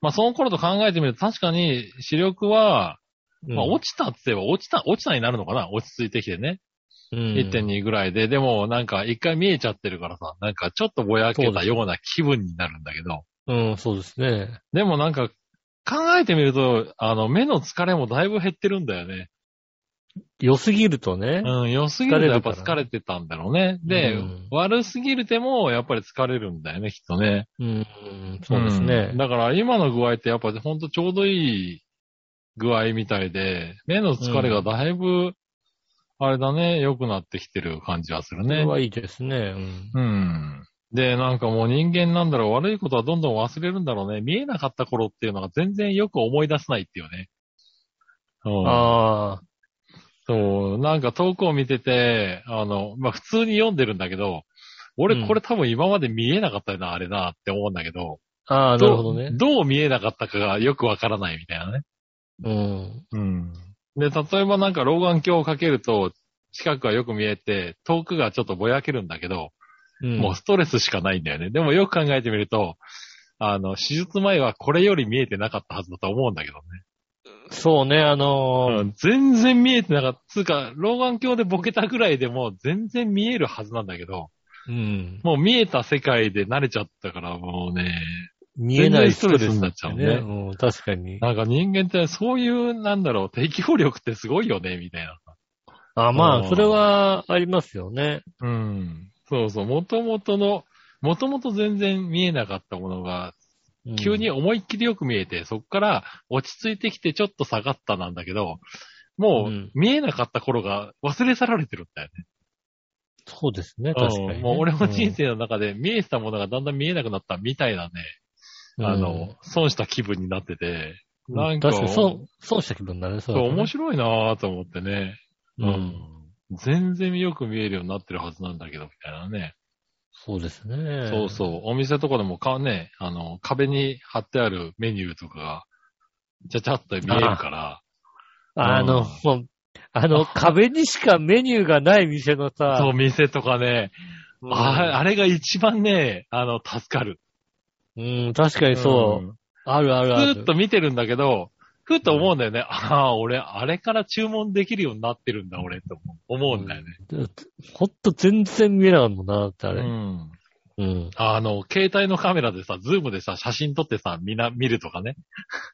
S3: まあ、その頃と考えてみると確かに視力は、まあ、
S2: うん
S3: 落ちたって言えば落ちた、落ちたになるのかな落ち着いてきてね。
S2: うん
S3: 1.2ぐらいで、でもなんか一回見えちゃってるからさ、なんかちょっとぼやけたような気分になるんだけど、
S2: うん、そうですね。
S3: でもなんか考えてみると、あの、目の疲れもだいぶ減ってるんだよね。
S2: 良すぎるとね。
S3: うん、良すぎるとやっ
S2: 疲
S3: ぱ
S2: れるから
S3: 疲れてたんだろうね。で、
S2: うん
S3: 悪すぎるてもやっぱり疲れるんだよね、きっとね。
S2: うん、そうですね
S3: ん。だから今の具合ってやっぱほんとちょうどいい具合みたいで、目の疲れがだいぶ、あれだね、良くなってきてる感じはする
S2: それ
S3: ね。
S2: はいいですね。うん
S3: うん。で、なんかもう人間なんだろう、悪いことはどんどん忘れるんだろうね。見えなかった頃っていうのが全然よく思い出せないっていうね。うん、
S2: ああ、
S3: そう、なんか遠くを見てて、あの、まあ、普通に読んでるんだけど、俺これ多分今まで見えなかったよな、あれなって思うんだけど、
S2: ああ、なるほどね。
S3: どう見えなかったかがよくわからないみたいなね。
S2: うん。
S3: うん。で、例えばなんか老眼鏡をかけると、近くはよく見えて、遠くがちょっとぼやけるんだけど、
S2: うん
S3: もうストレスしかないんだよね。でもよく考えてみると、あの、手術前はこれより見えてなかったはずだと思うんだけどね。
S2: そうね、あのー
S3: うん、全然見えてなかった。つうか、老眼鏡でボケたぐらいでも全然見えるはずなんだけど、
S2: うん。
S3: もう見えた世界で慣れちゃったからもうね、
S2: 見えないストレス
S3: 全然ストレスになっちゃうね
S2: うん、確かに。
S3: なんか人間ってそういう、なんだろう、適応力ってすごいよね、みたいな。
S2: あま
S3: う
S2: あ、
S3: ん
S2: それはありますよね。
S3: うん。そうそう、元々の、元々全然見えなかったものが、
S2: うん
S3: 急に。思いっきりよく見えて、そこから落ち着いてきてちょっと下がったなんだけど、も
S2: うん
S3: う見えなかった頃が忘れ去られてるんだよね。
S2: そうですね、確かにね、
S3: うんもう俺も人
S2: 生、
S3: 生の中で見えてたものがだんだん見えなくなったみたいなね、
S2: うん
S3: あの、損した気分になってて、
S2: うん
S3: なんか、
S2: 確かに損、損した気分だね、そ
S3: そう
S2: だね
S3: 面白いなぁと思ってね、
S2: うん。
S3: 全然よく見えるようになってるはずなんだけど、みたいなね。
S2: そうですね。
S3: そうそう。お店とかでもかね、あの、壁に貼ってあるメニューとかが、ちゃちゃっと見え るから。
S2: あの、もうあの、壁にしかメニューがない店のさ、
S3: そう、店とかね、
S2: うん
S3: ああれが一番ね、あの、助かる。
S2: うん、確かにそう。あるあるあ
S3: うん。ずー
S2: る
S3: っ。と見てるんだけど、ふっと思うんだよね。ああ、俺、あれから注文できるようになってるんだ、俺、と思うんだよね。
S2: ほんと全然見えなかったもんな、ってあ
S3: う
S2: れ。うん。
S3: ん。あの、携帯のカメラでさ、ズームでさ、写真撮ってさ、みんな見るとかね。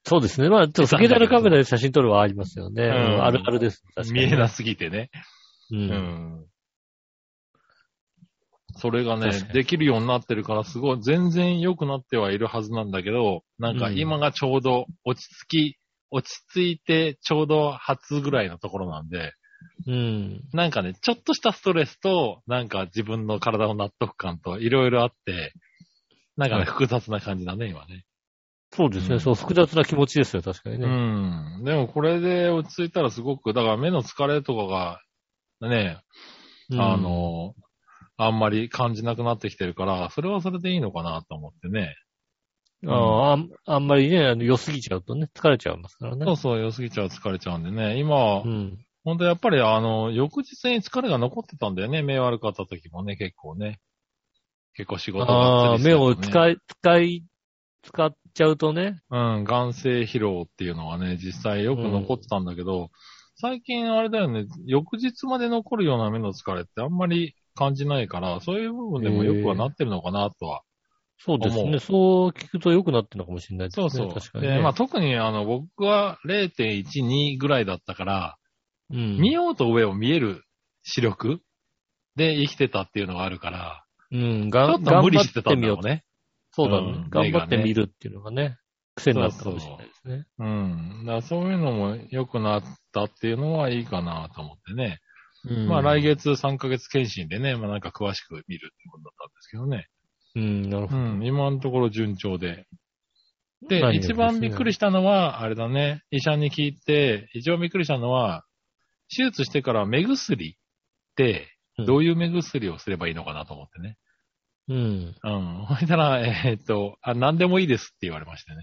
S2: そうですね。まあ、ちょっと、
S3: そうなんだけ
S2: 携
S3: ど
S2: 帯のカメラで写真撮るはありますよね。
S3: ん
S2: うんあるあるです。確かに
S3: 見えなすぎてね。
S2: う。
S3: うんん。それが
S2: 確か
S3: ね
S2: に、
S3: できるようになってるから、すごい、全然良くなってはいるはずなんだけど、なんか
S2: うん
S3: 今がちょうど落ち着き、落ち着いてちょうど初ぐらいのところなんで、
S2: うん。
S3: なんかね、ちょっとしたストレスと、なんか自分の体の納得感といろいろあって、なんかね、複雑な感じだね、今ね。
S2: そうです
S3: う
S2: ね。
S3: ん
S2: そう、複雑な気持ちですよ、確かに
S3: う
S2: ね。
S3: ん。でもこれで落ち着いたらすごく、だから目の疲れとかが、ね、
S2: うん
S3: あ、の、あんまり感じなくなってきてるから、それはそれでいいのかなと思ってね。
S2: あーあんあんまりね、あの良すぎちゃうとね、疲れちゃいますからね。
S3: そうそう、良すぎちゃう疲れちゃうんでね。今、
S2: うん。
S3: ほんとやっぱりあの、翌日に疲れが残ってたんだよね。目悪かった時もね、結構ね。結構仕事が
S2: あ
S3: あ
S2: あ、目を
S3: い。
S2: 使い、使い、使っちゃうとね。
S3: うん、眼性疲労っていうのはね、実際よく残ってたんだけど、最近あれだよね、翌日まで残るような目の疲れってあんまり感じないから、そういう部分でもよくはなってるのかなとは
S2: そうです
S3: 思
S2: ね。
S3: う
S2: そう聞くと良くなってるのかもしれないです
S3: そ
S2: ね。
S3: うそう。
S2: 確かにね、
S3: で、まあ特にあの、僕は0.12ぐらいだったから、
S2: うん、
S3: 見ようと上を見える視力で生きてたっていうのがあるから、
S2: うん、
S3: ち
S2: が
S3: ょ
S2: ん
S3: っと無理してた
S2: 頑張って
S3: ん
S2: み
S3: だ
S2: よう
S3: ろう。ね。
S2: そうだね、
S3: うん
S2: 頑張ってみるっていうのがね、癖になったかもしれないですね。
S3: うん。だからそういうのも良くなったっていうのはいいかなと思ってね。
S2: うん
S3: まあ来。月3ヶ月検診でね、まあなんか詳しく見るってことだったんですけどね。
S2: うん、なるほ
S3: う
S2: ど。
S3: ん。今のところ順調で。
S2: 何
S3: で
S2: よ、りですね
S3: 一番びっくりしたのは、あれだね、医者に聞いて、一番びっくりしたのは、手術してから目薬って、
S2: うん
S3: どういう目薬をすればいいのかなと思ってね。
S2: うん。
S3: うん。そしたら、えーっと、あ、何でもいいですって言われましてね。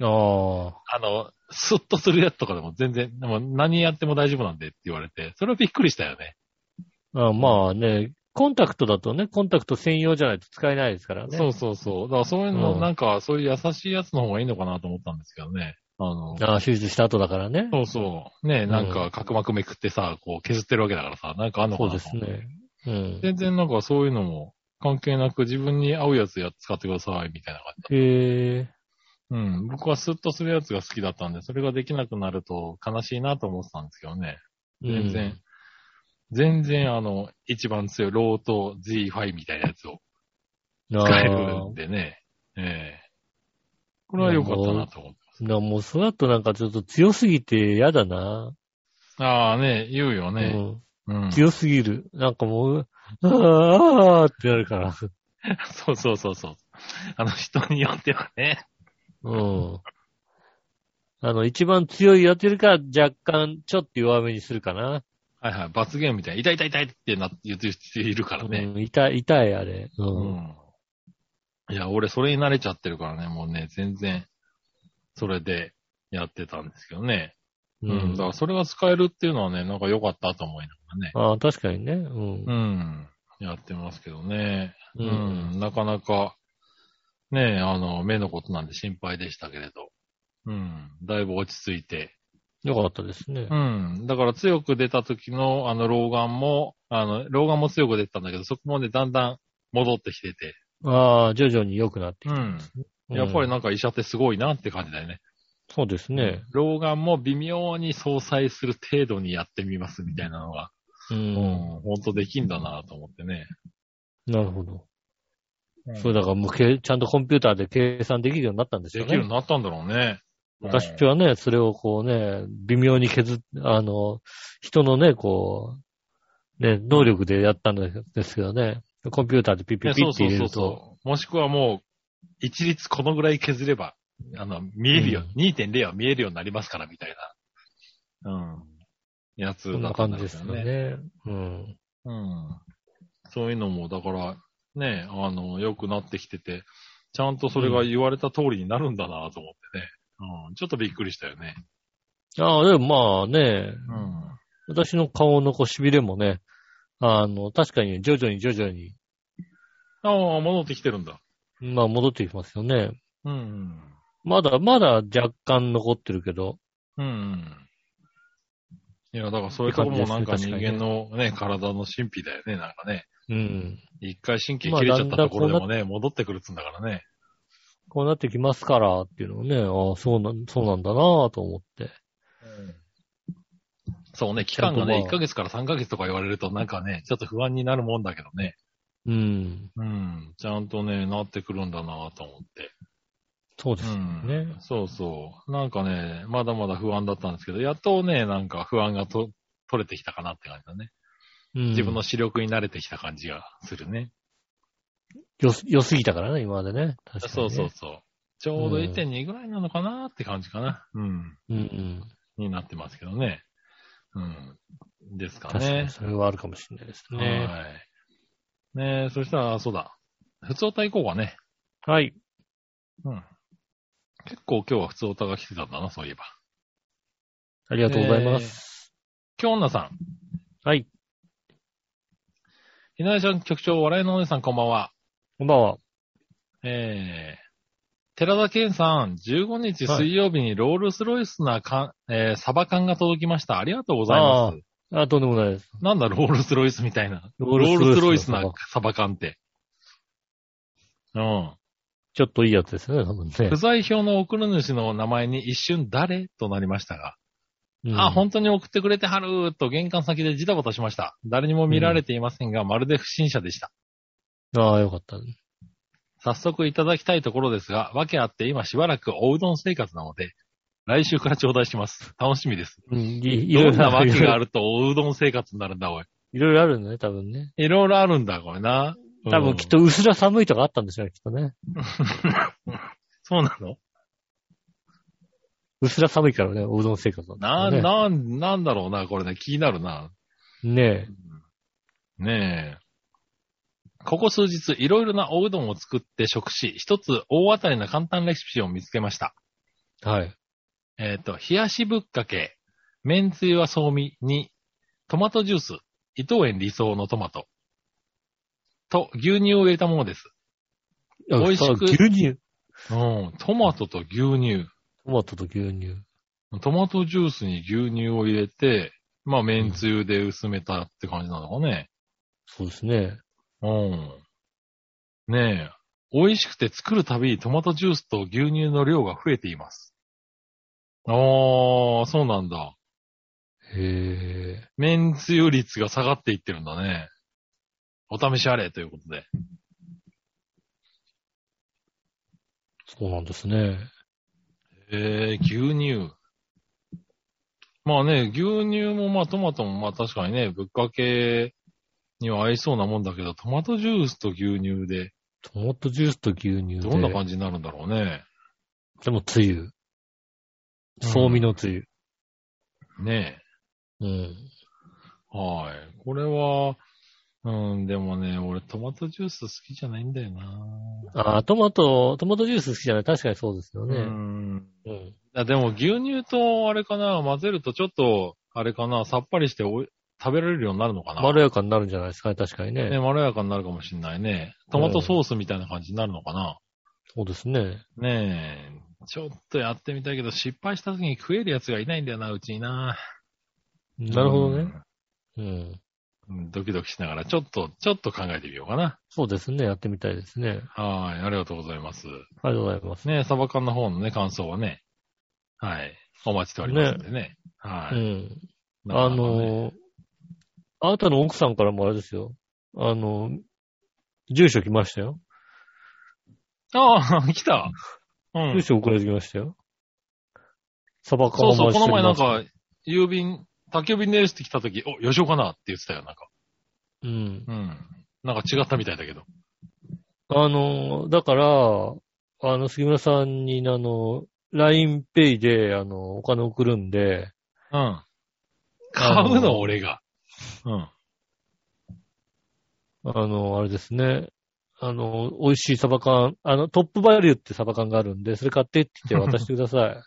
S2: ああ。
S3: あの、スッとするやつとかでも全然、でも何やっても大丈夫なんでって言われて、それはびっくりしたよね。
S2: あまあね、コンタクトだとね、コンタクト専用じゃないと使えないですからね。
S3: そうそうそう。だからそういうの、
S2: うん
S3: なんか、そういう優しいやつの方がいいのかなと思ったんですけどね。あの、
S2: ああ手術した後だからね。
S3: そうそう。ねえ、
S2: ん
S3: なんか角膜めくってさ、こう削ってるわけだからさ、なんかあんのか
S2: そう
S3: な
S2: で
S3: と思
S2: すね。うん。
S3: 全然なんかそういうのも関係なく自分に合うやつや使ってください、みたいな感じ。
S2: へえ。
S3: うん。僕はスッとするやつが好きだったんで、それができなくなると悲しいなと思ってたんですけどね。全然。全然あの、一番強いロート G5 みたいなやつを
S2: うん。
S3: 使え
S2: あ
S3: るんでね。ええこれは良かったなと思って
S2: あ。なもう、それだとなんかちょっと強すぎて嫌だな。
S3: ます。ああね、言うよね。うん
S2: うん。強すぎる。なんかもう、ああ、ああってなるから。
S3: そうそうそうそう。あの人によってはね。
S2: うん。あの、一番強いやってるから若干ちょっと弱めにするかな。
S3: はいはい。罰ゲームみたいな。痛い痛い痛いってなって言ってる人いるからね。
S2: うん、痛い、痛い、あれ。う。
S3: うんん。いや、俺それに慣れちゃってるからね、もうね、全然、それでやってたんですけどね。
S2: う
S3: うん。だからそれが使えるっていうのはね、なんか良かったと思いなが
S2: ああ、確かにね。うん。
S3: らね。うん。やってますけどね。
S2: う
S3: うんん。なかなか、ねあの、目のことなんで心配でしたけれど。うん。だいぶ落ち着いて、
S2: よかったですね
S3: う。ん。だから強く出た時のあの老眼も、あの、老眼も強く出てたんだけど、そこもね、だんだん戻ってきてて。
S2: ああ、徐々に良くなってき
S3: ん。
S2: た。
S3: やっぱ
S2: な。
S3: りなんか医者ってすごいなって感じだよね。
S2: そうですね。
S3: 老眼も微妙に相殺する程度にやってみますみたいなのが、
S2: う。
S3: うんん、ほんとできんだなと思ってね。
S2: なるほど
S3: う。ん
S2: そう、だからもうけ、ちゃんとコンピューターで計算できるようになったんです
S3: で
S2: よ
S3: きるように
S2: ね。
S3: なったんだろうね。
S2: 昔はね、それをこうね、微妙に削っ、あの、人のね、こう、ね、能力でやったんですけどね。コンピューターでピッピ
S3: ね
S2: ッピッ
S3: そう
S2: って
S3: そう
S2: 入れ
S3: そ
S2: る
S3: う
S2: と。
S3: そう。もしくはもう、一律このぐらい削れば、あの、見えるよ、2.0は見えるようになりますからみたいな。うん。やつ
S2: そんな
S3: だったん
S2: 感
S3: だ
S2: じ
S3: ろう
S2: ですよね。うん。
S3: うん。そういうのも、だから、ね、あの、良くなってきてて、ちゃんとそれが言われた通りになるんだなと思ってね。うん。ちょっとびっくりしたよね。
S2: ああ、でもまあね、
S3: うん。
S2: 私の顔のこう痺れもね、あの、確かに徐々に徐々に、
S3: ああ、戻ってきてるんだ。
S2: まあ戻ってきますよね。
S3: うん。
S2: まだ、まだ若干残ってるけど、
S3: うん。いや、だからそういうとこもなんか人間のね、体の神秘だよね、なんかね。
S2: うん。
S3: 一回神経切れちゃったところでもね、戻ってくるっつうんだからね。
S2: こうなってきますからっていうのをね、ああ、そうなん、そうなんだなぁと思って。
S3: そうね、期間が
S2: ちゃん
S3: ね、
S2: とまあ
S3: 1ヶ月から3ヶ月とか言われるとなんかね、ちょっと不安になるもんだけどね。
S2: うん。
S3: うん。ちゃんとね、なってくるんだなと思って。
S2: そうです
S3: う
S2: よ
S3: ん。
S2: ね。
S3: そうそう。なんかね、まだまだ不安だったんですけど、やっとね、なんか不安がと取れてきたかなって感じだね。
S2: うん。
S3: 自分の視力に慣れてきた感じがするね。
S2: よす、良すぎたからね、今までね。確かにね
S3: そうそう。そう。ちょうど
S2: うん
S3: 1.2ぐらいなのかなって感じかな。うん。
S2: うんうん。
S3: になってますけどね。うん。ですか
S2: 確かに
S3: ね。
S2: それはあるかもしれないですね。
S3: はい。ねえ、そしたら、そうだ。普通歌行こうかね。
S2: はい。
S3: うん。結構今日は普通歌が来てたんだな、そういえば。
S2: ありがとうございます。
S3: えー。今日女さん。
S2: はい。
S3: ひなえちゃん局長、笑いのお姉さんこんばんは。
S2: こんばんは。
S3: えー。寺田健さん、15日水曜日にロールスロイスなか、えーサバ缶が届きました。ありがとうございます。
S2: あ、とんでもないです。
S3: なんだ、ロールスロイスみたいな。
S2: ロ
S3: ロールスロイス
S2: の
S3: なサバ缶って。うん。
S2: ちょっといいやつですよね、多分ね
S3: 不。在表の送る主の名前に一瞬誰となりましたが、
S2: うん
S3: あ、本当に送ってくれてはると玄関先でジタバタしました。誰にも見られていませんが、まるで不審者でした。
S2: ああ、よかったね。
S3: 早速いただきたいところですが、訳あって今しばらくおうどん生活なので、来週から頂戴します。楽しみです。
S2: うん、いいろ
S3: ど
S2: い
S3: ん
S2: ろ
S3: な訳があ
S2: る。
S3: るとおうどん生活になるんだ、おい。
S2: いろいろあるんだね、多分ね。
S3: いろいろあるんだ、これな。うん
S2: 多分きっ。と薄ら寒いとかあったんでしょうね、きっとね。
S3: そうなの
S2: 薄ら寒いからね、おうどん生活
S3: な、
S2: んね。
S3: なん、なんだろうな、これね、気になるな。
S2: ね
S3: ねえ。ここ数日、いろいろなおうどんを作って食し、一つ大当たりな簡単レシピを見つけました。
S2: え。はい。
S3: えっ、と、冷やしぶっかけ、麺つゆはそうみに、トマトジュース、伊藤園理想のトマト、と牛乳を入れたものです。美味しく
S2: あそう牛乳。
S3: うん、トマトと牛乳。
S2: トマトと牛乳。
S3: トマトジュースに牛乳を入れて、まあ、麺つゆで薄めたって感じなのかね。
S2: そうですね。
S3: うん。ねえ。美味しくて作るたび、トマトジュースと牛乳の量が増えています。ああ、そうなんだ。
S2: へえ。
S3: 麺つゆ率が下がっていってるんだね。お試しあれということで。
S2: そうなんですね。
S3: えー、牛乳。まあね、牛乳もまあトマトもまあ確かにね、ぶっかけには合いそうなもんだけど、トマトジュースと牛乳で、
S2: トマトジュースと牛乳で。
S3: どんな感じになるんだろうね。
S2: でも、つゆ。そうみのつゆ。
S3: ねえ。
S2: うん。
S3: はい。これは、うん、でもね、俺トマトジュース好きじゃないんだよな
S2: ああ、トマト、トマトジュース好きじゃない確かにそうですよ
S3: う
S2: ね。
S3: ん。
S2: うん。
S3: あでも牛乳とあれかな、混ぜるとちょっと、あれかな、さっぱりしておい食べられるようになるのかな。
S2: まろやかになるんじゃないですかね、確かにね。
S3: ね、まろやかになるかもしんないね。トマトソースみたいな感じになるのかな。
S2: そうですね。
S3: ねえ。ちょっとやってみたいけど、失敗した時に食えるやつがいないんだよな、うちにな。
S2: なるほどね。うん。
S3: うん。ドキドキしながら、ちょっと、ちょっと考えてみようかな。
S2: そうですね。やってみたいですね。
S3: はい。ありがとうございます。
S2: ありがとうございます。
S3: ね、サバ缶の方のね、感想はね、はい、お待ちしておりますんでね。は
S2: う
S3: い。
S2: ん。
S3: なか
S2: あ
S3: なかね、
S2: のー、あなたの奥さんからもあれですよ。あのー、住所来ましたよ。
S3: あ あ、来た。うん
S2: 住。所送られてきましたよ。サバ缶
S3: そ
S2: を
S3: うそう、この前なん
S2: 回して
S3: か、郵便、宅急便ですって来た時、お、吉岡なって言ってたよ、なんか。
S2: みます。
S3: うん。なんか違ったみたいだけど。
S2: うん。あのー、だから、あの、杉村さんに、あの、LINEPay で、あの、お金送るんで、
S3: うん。買う
S2: あの
S3: の、俺が。うん。
S2: あの、あれですね。あの、美味しいサバ缶、あの、トップバリューってサバ缶があるんで、それ買ってって言 って渡してください。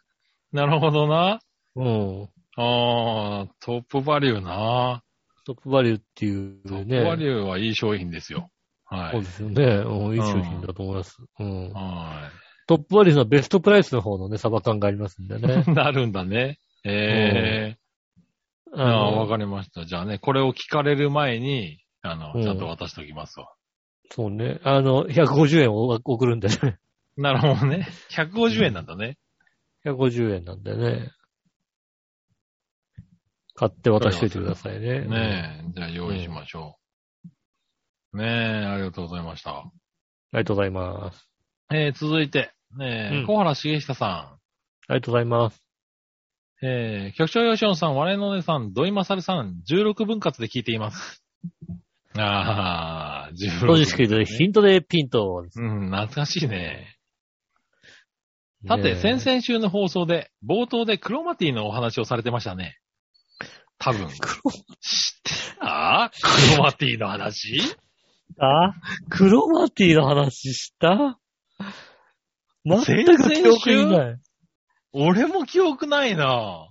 S3: なるほどな。
S2: うん。
S3: ああ、トップバリューな。
S2: トップバリューっていうね。
S3: トップバリューはいい商品ですよ。は
S2: そう
S3: い。
S2: ですよね。うんいい商品だと思います。うん。
S3: は
S2: トップバリューのベストプライスの方のね、サバ缶がありますんで ね。
S3: い。なるんだね。ええ
S2: あ
S3: ああー、わ
S2: か
S3: かりました。じゃあね、これを聞かれる前に、あの、
S2: うん
S3: ちゃんと渡しておきますわ。
S2: そうね。あの、150円を送るんでね。
S3: なるほどね。150円なんだね。
S2: 150円なんでね。買って渡しといてくださいね。
S3: ねえ。じゃあ用意しましょう。ねえ、ありがとうございました。
S2: ありがとうございます。
S3: えー、続いて、ねえ、
S2: うん
S3: 小原茂久さ
S2: ありがとうございます。
S3: ん、えー、局長吉野さん、我の姉さん、土井まさるさん、16分割で聞いています。 ああ、16分
S2: 当
S3: 割、
S2: 時式でヒントでピントです
S3: うん、懐かしいね。
S2: ね。
S3: さて、先々週の放送で、冒頭でクロマティのお話をされてましたね。多分。ああクロマティの話
S2: あクロマティの話した全
S3: 先
S2: く
S3: 々週
S2: 記憶にない。
S3: 俺も記憶ないな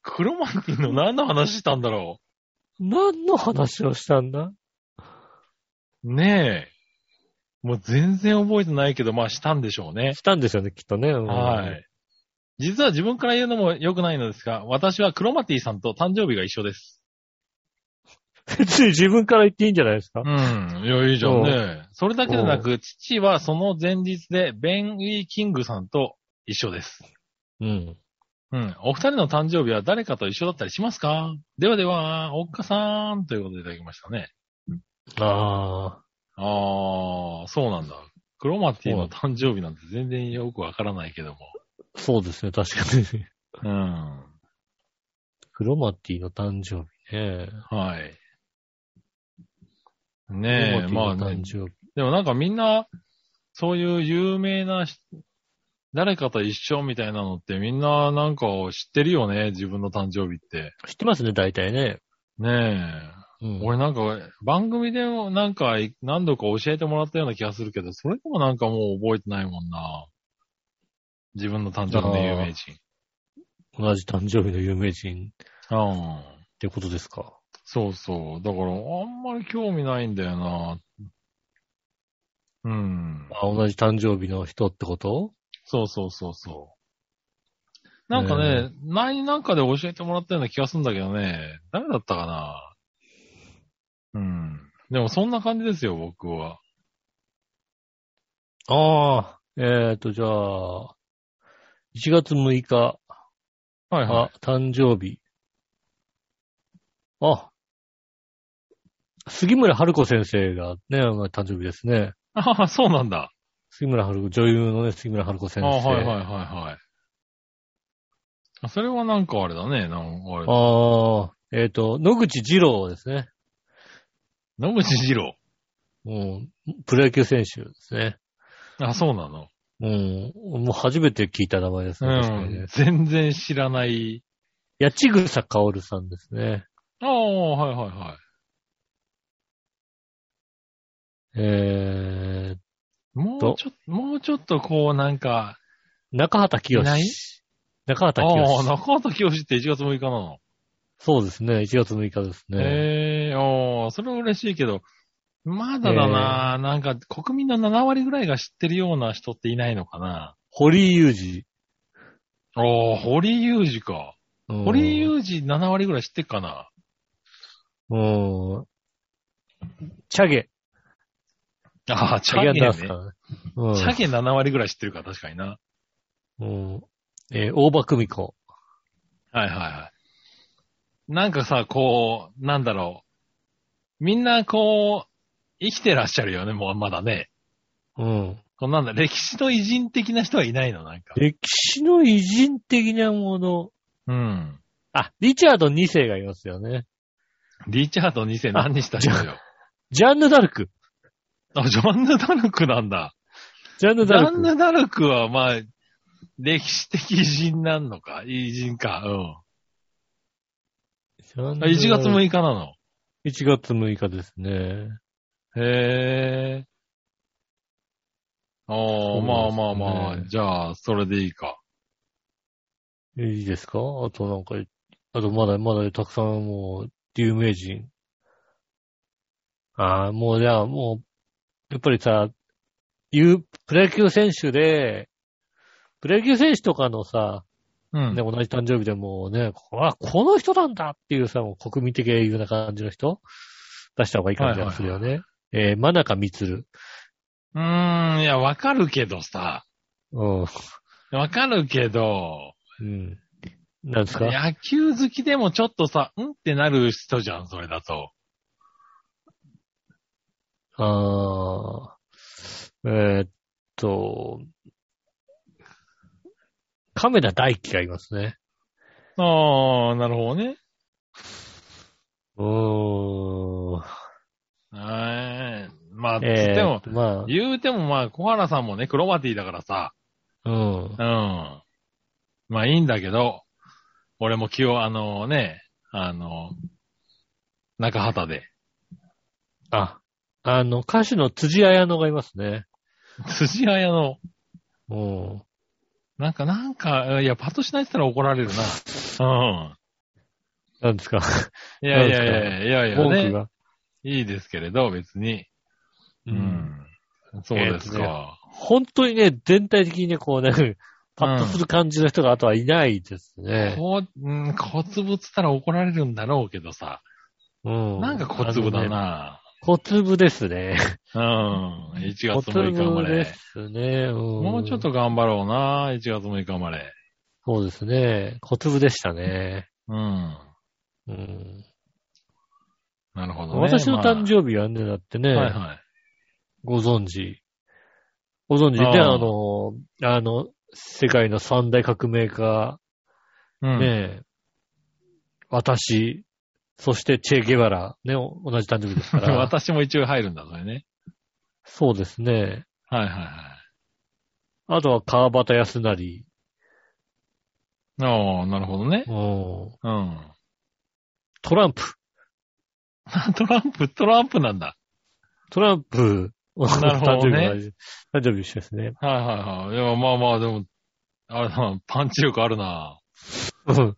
S3: クロマティの何の話したんだろ
S2: 何の話をしたんだ
S3: うねえ。もう全然覚えてないけど、まあしたんでしょうね。
S2: したんですよね、きっとね。
S3: は。い。実は自分から言うのも良くないのですが、私はクロマティさんと誕生日が一緒です。
S2: 別に自分から言っていいんじゃないですか
S3: う。ん。いや、いいじゃんね。それだけでなく、父はその前日でベン・ウィー・キングさんと一緒です。
S2: うん。
S3: うん。お二人の誕生日は誰かと一緒だったりしますかではでは、おっかさーんということでいただきましたね。
S2: ああ。
S3: ああ、そうなんだ。クロマティの誕生日なんて全然よくわからないけども。
S2: そうですね、確かに。
S3: うん。
S2: クロマティの誕生日ね。
S3: はい。ねえ、
S2: クロ
S3: まあ
S2: マティの
S3: ね
S2: 誕、生日。
S3: でもなんかみんな、そういう有名なし、誰かと一緒みたいなのってみんななんか知ってるよね、自分の誕生日って。
S2: 知ってますね、大体ね。
S3: ねえ。
S2: うん。
S3: 俺なんか、番組でもなんかい何度か教えてもらったような気がするけど、それでもなんかもう覚えてないもんな。自分の誕生日の有名人。
S2: 同じ誕生日の有名人っ
S3: うん。
S2: てことですか。
S3: そうそう。だから、あんまり興味ないんだよな。うん。
S2: あ同じ誕生日の人ってこと
S3: そうそうそうそう。なんかね、何なんかで教えてもらったような気がするんだけどね、誰だったかな。うん。でもそんな感じですよ、僕は。
S2: ああ。えっ、ー、と、じゃあ、1月6日、
S3: はいは
S2: あ、誕生日。あ、杉村春子先生がね、誕生日ですね。
S3: い。ああ、そうなんだ。
S2: 杉村春子、女優のね、杉村春子先
S3: あ
S2: 生。
S3: あはいはいはいはい。あそれはなんかあれだね、なんかあれ。
S2: ああ、えっ、と、野口二郎ですね。
S3: 野口二郎。
S2: うん、プロ野球選手ですね。
S3: あ、そうなの。
S2: うん、もう初めて聞いた名前です
S3: う
S2: ね。確かにね
S3: ん。全然知らない。
S2: 八千草薫さんですね。
S3: ああ、はいはいはい。
S2: えー、
S3: もう
S2: と
S3: ちょっと、もうちょっとこうなんか、
S2: 中畑清。
S3: いない
S2: 中
S3: あ
S2: 畑
S3: あ、
S2: 清。
S3: 中畑清って1月6日なの。
S2: そうですね、1月6日ですね。
S3: へえ、ああ、それは嬉しいけど、まだだな、なんか国民の7割ぐらいが知ってるような人っていないのかな。
S2: 堀井雄
S3: ああ、堀井雄二か。
S2: 二。
S3: 堀井雄二7割ぐらい知ってるかな。
S2: うん。チャゲ。
S3: ああ、チ
S2: チ
S3: ャ
S2: ャ
S3: ゲ
S2: ゲ
S3: ね
S2: アンダース。かね。
S3: チャゲ7割ぐらい知ってるから、確かにな。
S2: うん。うん。えー大場久美子。
S3: はいはいはい。なんかさ、こう、なんだろう。みんな、こう、生きてらっしゃるよね、もう、まだね。
S2: うん。
S3: こうなんだ、歴史の偉人的な人はいないの、なんか。
S2: 歴史の偉人的なもの。
S3: うん。
S2: あ、リチャード2世がいますよね。
S3: リチャード2世何にした人 よ。
S2: ジャンヌ・ダルク。
S3: あ、ジョンヌ・ダルクなんだ。
S2: ジャンヌ・
S3: ジ
S2: ダ
S3: ョ
S2: ル
S3: ン
S2: ク。
S3: ヌ・ダルクは、まあ、歴史的偉人なんのか偉人か。うん。あ1月6
S2: 日。
S3: 日なの。
S2: 1月6日ですね。
S3: へえ。ああ、
S2: ね
S3: まあまあまあ、じゃあ、それでいいか。
S2: いいですかあとなんか、あとまだまだたくさんもう、有名人。ああ、もうじゃあもう、やっぱりさ、いう、プロ野球選手で、プロ野球選手とかのさ、
S3: うん。
S2: ね、同じ誕生日でもうね、あ、この人なんだっていうさ、もう国民的英雄な感じの人出した方がいい感じがするよね。えー、真中光。
S3: うーん、いや、わかるけどさ。
S2: うん。
S3: わかるけど、
S2: うん。なんですか
S3: 野球好きでもちょっとさ、うんってなる人じゃん、それだと。
S2: ああ、えーっと、亀田大輝がいますね。
S3: ああ、なるほどね。
S2: うーん。
S3: はい。まあ、つっ
S2: えー
S3: ても、
S2: ま
S3: 言うてもまあ、小原さんもね、クロマティだからさ、
S2: あ、うん
S3: う。ん。まあ、いいんだけど、俺も気を、あのね、あの、中畑で。
S2: あ、あの、歌手の辻彩乃がいますね。
S3: 辻彩の、
S2: うん。
S3: なんか、なんか、いや、パッとしないって言ったら怒られるな。
S2: なんですか
S3: うん。いやいやいやいやいや、
S2: 文句
S3: ね、
S2: が。
S3: いいですけれど、別に。
S2: う
S3: う。ん。そうです
S2: えーと
S3: か。
S2: 本当にね、全体的にね、こうね、パッとする感じの人があとはいないですね。
S3: こう、うん、小粒つったら怒られるんだろうけどさ。
S2: うん。
S3: なんか小粒
S2: あ
S3: だ
S2: のね。
S3: な。
S2: 小粒ですね。
S3: うん。1月
S2: 小
S3: 6日生ま
S2: 粒で
S3: れ。
S2: すね。も
S3: もうちょっと頑張ろうな。1月6日生まれ。
S2: そうですね。小粒でしたね。
S3: うん。
S2: うん。
S3: なるほどね。
S2: 私の誕
S3: 日
S2: 生日はね、だってね、
S3: はいはい。
S2: ご存知。ご存知で、
S3: あ
S2: あ
S3: あ
S2: の、あの、世界の三大革命家、
S3: うん。
S2: ね、私、そしてチェ・ゲバラ、ね、お同じ誕生日ですから。
S3: 私も一応入るんだ、それね。
S2: そうですね。
S3: はいはいはい。
S2: あとは川端康成。
S3: ああ、なるほどね。
S2: うん
S3: うん。
S2: トランプ。
S3: トランプ、トランプなんだ。
S2: トランプ。
S3: なるほ
S2: 誕生
S3: どね
S2: 日が同じ誕生日一緒ですね。
S3: はいはいはい。いや、まあまあ、でも、あれだな、パンチ力あるな。
S2: うん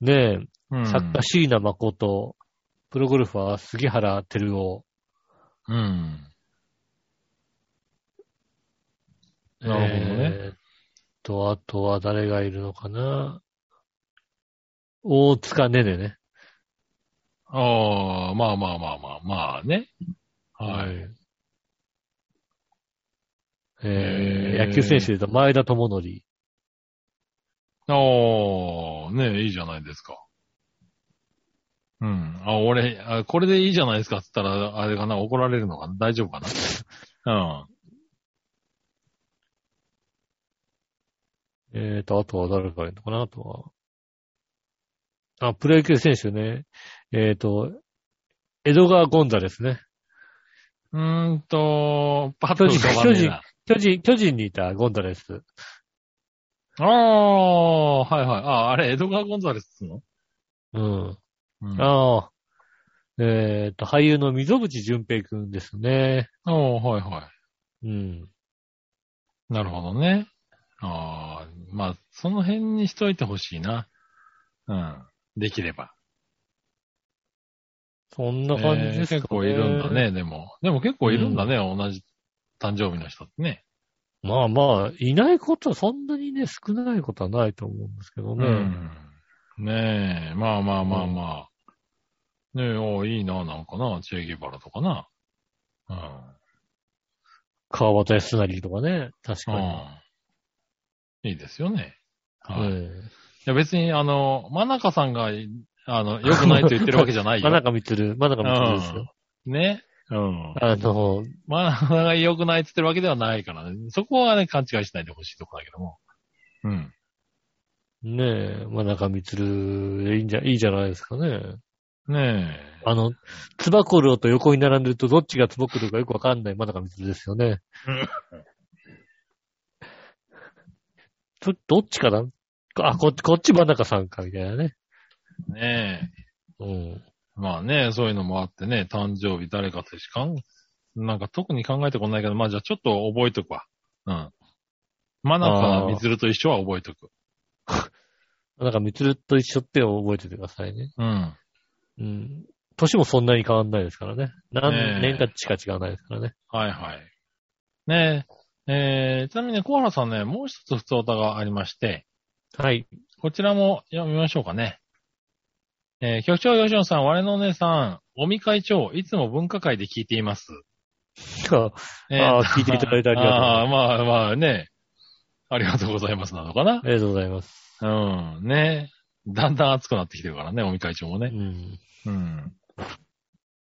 S2: ねえ。
S3: うん。
S2: 作家椎名誠、プロゴルファー杉原照夫、
S3: うん。なるほどね。
S2: えーっと、あとは誰がいるのかな大塚ねねね。
S3: ああ、まあまあまあまあ、まあね。はい。
S2: い。え
S3: へー
S2: ー、野球選手で言うと前田智則。
S3: ああ、ねいいじゃないですか。うん。あ、俺、あこれでいいじゃないですかって言ったら、あれかな、怒られるのかな大丈夫かな
S2: えーと、あとは誰がいるのかなあとは。あ、プロ野球選手ね。えーと、エドガー・ゴンザですね。
S3: うん。うーんと、パッと浮かばねえな。
S2: 巨人、巨人にいたゴンザです。
S3: ああ、はいはい。あ、あれ、エドガー・ゴンザレスっつうの
S2: うん。
S3: うん。あ
S2: ああ。えっ、と、俳優の溝口淳平くんですね。
S3: あ、はいは
S2: うん。
S3: い。なるほどね。ああ、まあ、その辺にしといてほしいな。うん。できれば。
S2: そんな感じですか、ね
S3: えー結構いるんだ。ね、でも。でも結構いるんだね、同じ誕生日の人ってね。
S2: まあまあ、いないことはそんなにね、少ないことはないと思うんですけどね。
S3: うん。ねえ、まあまあまあまあ。ねえ、おいいな、なんかな、チェギバラとかな。うん。
S2: 川端康成とかね、確か
S3: う
S2: に。
S3: ん。いいですよね。はい。い
S2: え
S3: や別に、あの、真中さんが、あの、良くないと言ってるわけじゃな
S2: え
S3: い
S2: 真
S3: よ。
S2: 中光、真中光ですよ。
S3: ね。うん。
S2: あの、
S3: 真中さんが良くないって言ってるわけではないからね。そこはね、勘違いしないでほしいとこだけども。うん。
S2: ねえ、真中光でいいんじゃ、いいじゃないですかね。
S3: ねえ。
S2: あの、つば九郎と横に並んでるとどっちがつば九郎かよくわかんない真中光ですよね
S3: うん。
S2: ちょどっちかなあ、こっち、こっち真中さんか、みたいなね。
S3: ねえ。
S2: うん。
S3: まあね、そういうのもあってね、誕生日誰かとしかん、なんか特に考えてこないけど、まあじゃあちょっと覚えとくわ。うん。真中みつると一緒は覚えとく。
S2: なんか、みつると一緒って覚えててくださいね。
S3: うん。
S2: うん。年もそんなに変わんないですからね。
S3: ねえ
S2: 何年かしか違わないですからね。
S3: はいはい。ねえ、えー、ちなみにね、小原さんね、もう一つ普通歌がありまして、
S2: はい。
S3: こちらも読みましょうかね。えー、局長吉野さん、我のお姉さん、尾身会長、いつも文化会で聞いています。
S2: あ
S3: え
S2: あー聞いていただいてありがとうございます
S3: あーまあまあね、ありがとうございますなのか
S2: あ。
S3: な
S2: りがとうございます。
S3: うん、ねだんだん暑くなってきてるからね、尾身会長もね
S2: う。ん。
S3: うん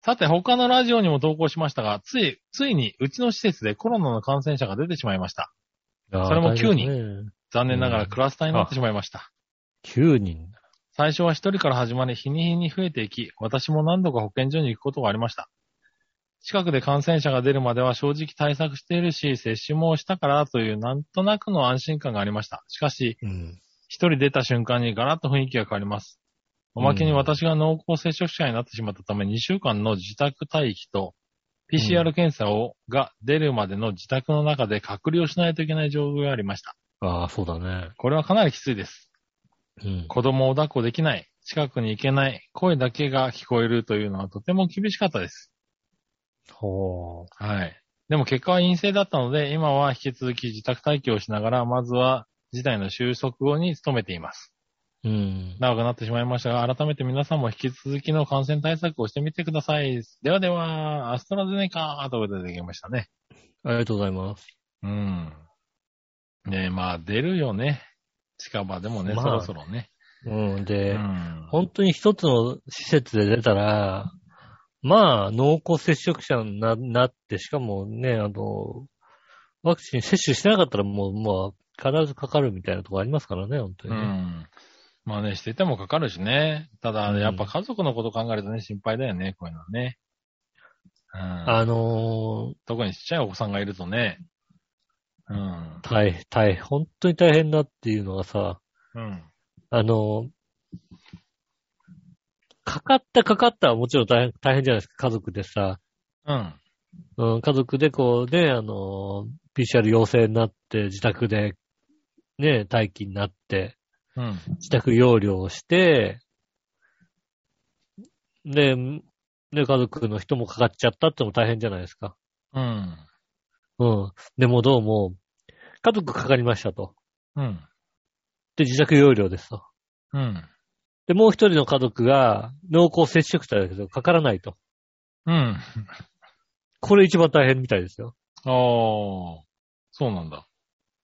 S3: さて、他のラジオにも投稿しましたが、つい、ついにうちの施設でコロナの感染者が出てしまいました。それも9人
S2: 人。
S3: 残念ながらクラスターになってしまいました。
S2: 9人。
S3: 最初は一人から始まり、日に日に増えていき、私も何度か保健所に行くことがありました。近くで感染者が出るまでは正直対策しているし、接種もしたからというなんとなくの安心感がありました。しかし、
S2: うん。
S3: 一人出た瞬間にガラッと雰囲気が変わります。おまけに私が濃厚接触者になってしまったため、2週間の自宅待機と、PCR 検査を、が出るまでの自宅の中で隔離をしないといけない状況がありました。
S2: ああ、そうだね。
S3: これはかなりきついです。
S2: うん。
S3: 子供を抱っこできない、近くに行けない、声だけが聞こえるというのはとても厳しかったです。
S2: ほ
S3: はい。でも結果は陰性だったので、今は引き続き自宅待機をしながら、まずは事態の収束後に努めています。
S2: う。うん。
S3: 長くなってしまいましたが、改めて皆さんも引き続きの感染対策をしてみてください。ではでは、アストラゼネカということでできましたね。
S2: ありがとうございます。
S3: うん。ねえ、まあ出るよね。近場でもね、
S2: まあ
S3: そろそろね。
S2: うん。
S3: う
S2: で、
S3: ん。
S2: 本当に一つの施設で出たら、まあ、濃厚接触者にななって、しかもね、あの、ワクチン接種してなかったらもう、もう、必ずかかるみたいなとこありますからね、本当
S3: う
S2: にね。
S3: ん。まあね、しててもかかるしね。ただ、
S2: うん
S3: やっぱ家族のこと考えるとね、心配だよね、こういうのはね。うん。
S2: あのー
S3: 特にちっちゃいお子さんがいるとね。うん。
S2: 大変、大変、本当に大変だっていうのがさ、
S3: うん。
S2: あのーかかったかかったはもちろん大変大変じゃないですか、家族でさ。
S3: うん。
S2: うん、家族でこうね、あのー、PCR 陽性になって、自宅で、ね、待機になって、
S3: うん。
S2: 自宅要領をして、で、ね、家族の人もかかっちゃったってのも大変じゃないですか。
S3: うん。
S2: うん。でもどうも、家族かかりましたと。
S3: うん。
S2: で、自宅要領ですと。
S3: うん。
S2: で、もう一人の家族が濃厚接触者だけどかからないと。
S3: うん。
S2: これ一番大変みたいですよ。
S3: ああ、そうなんだ。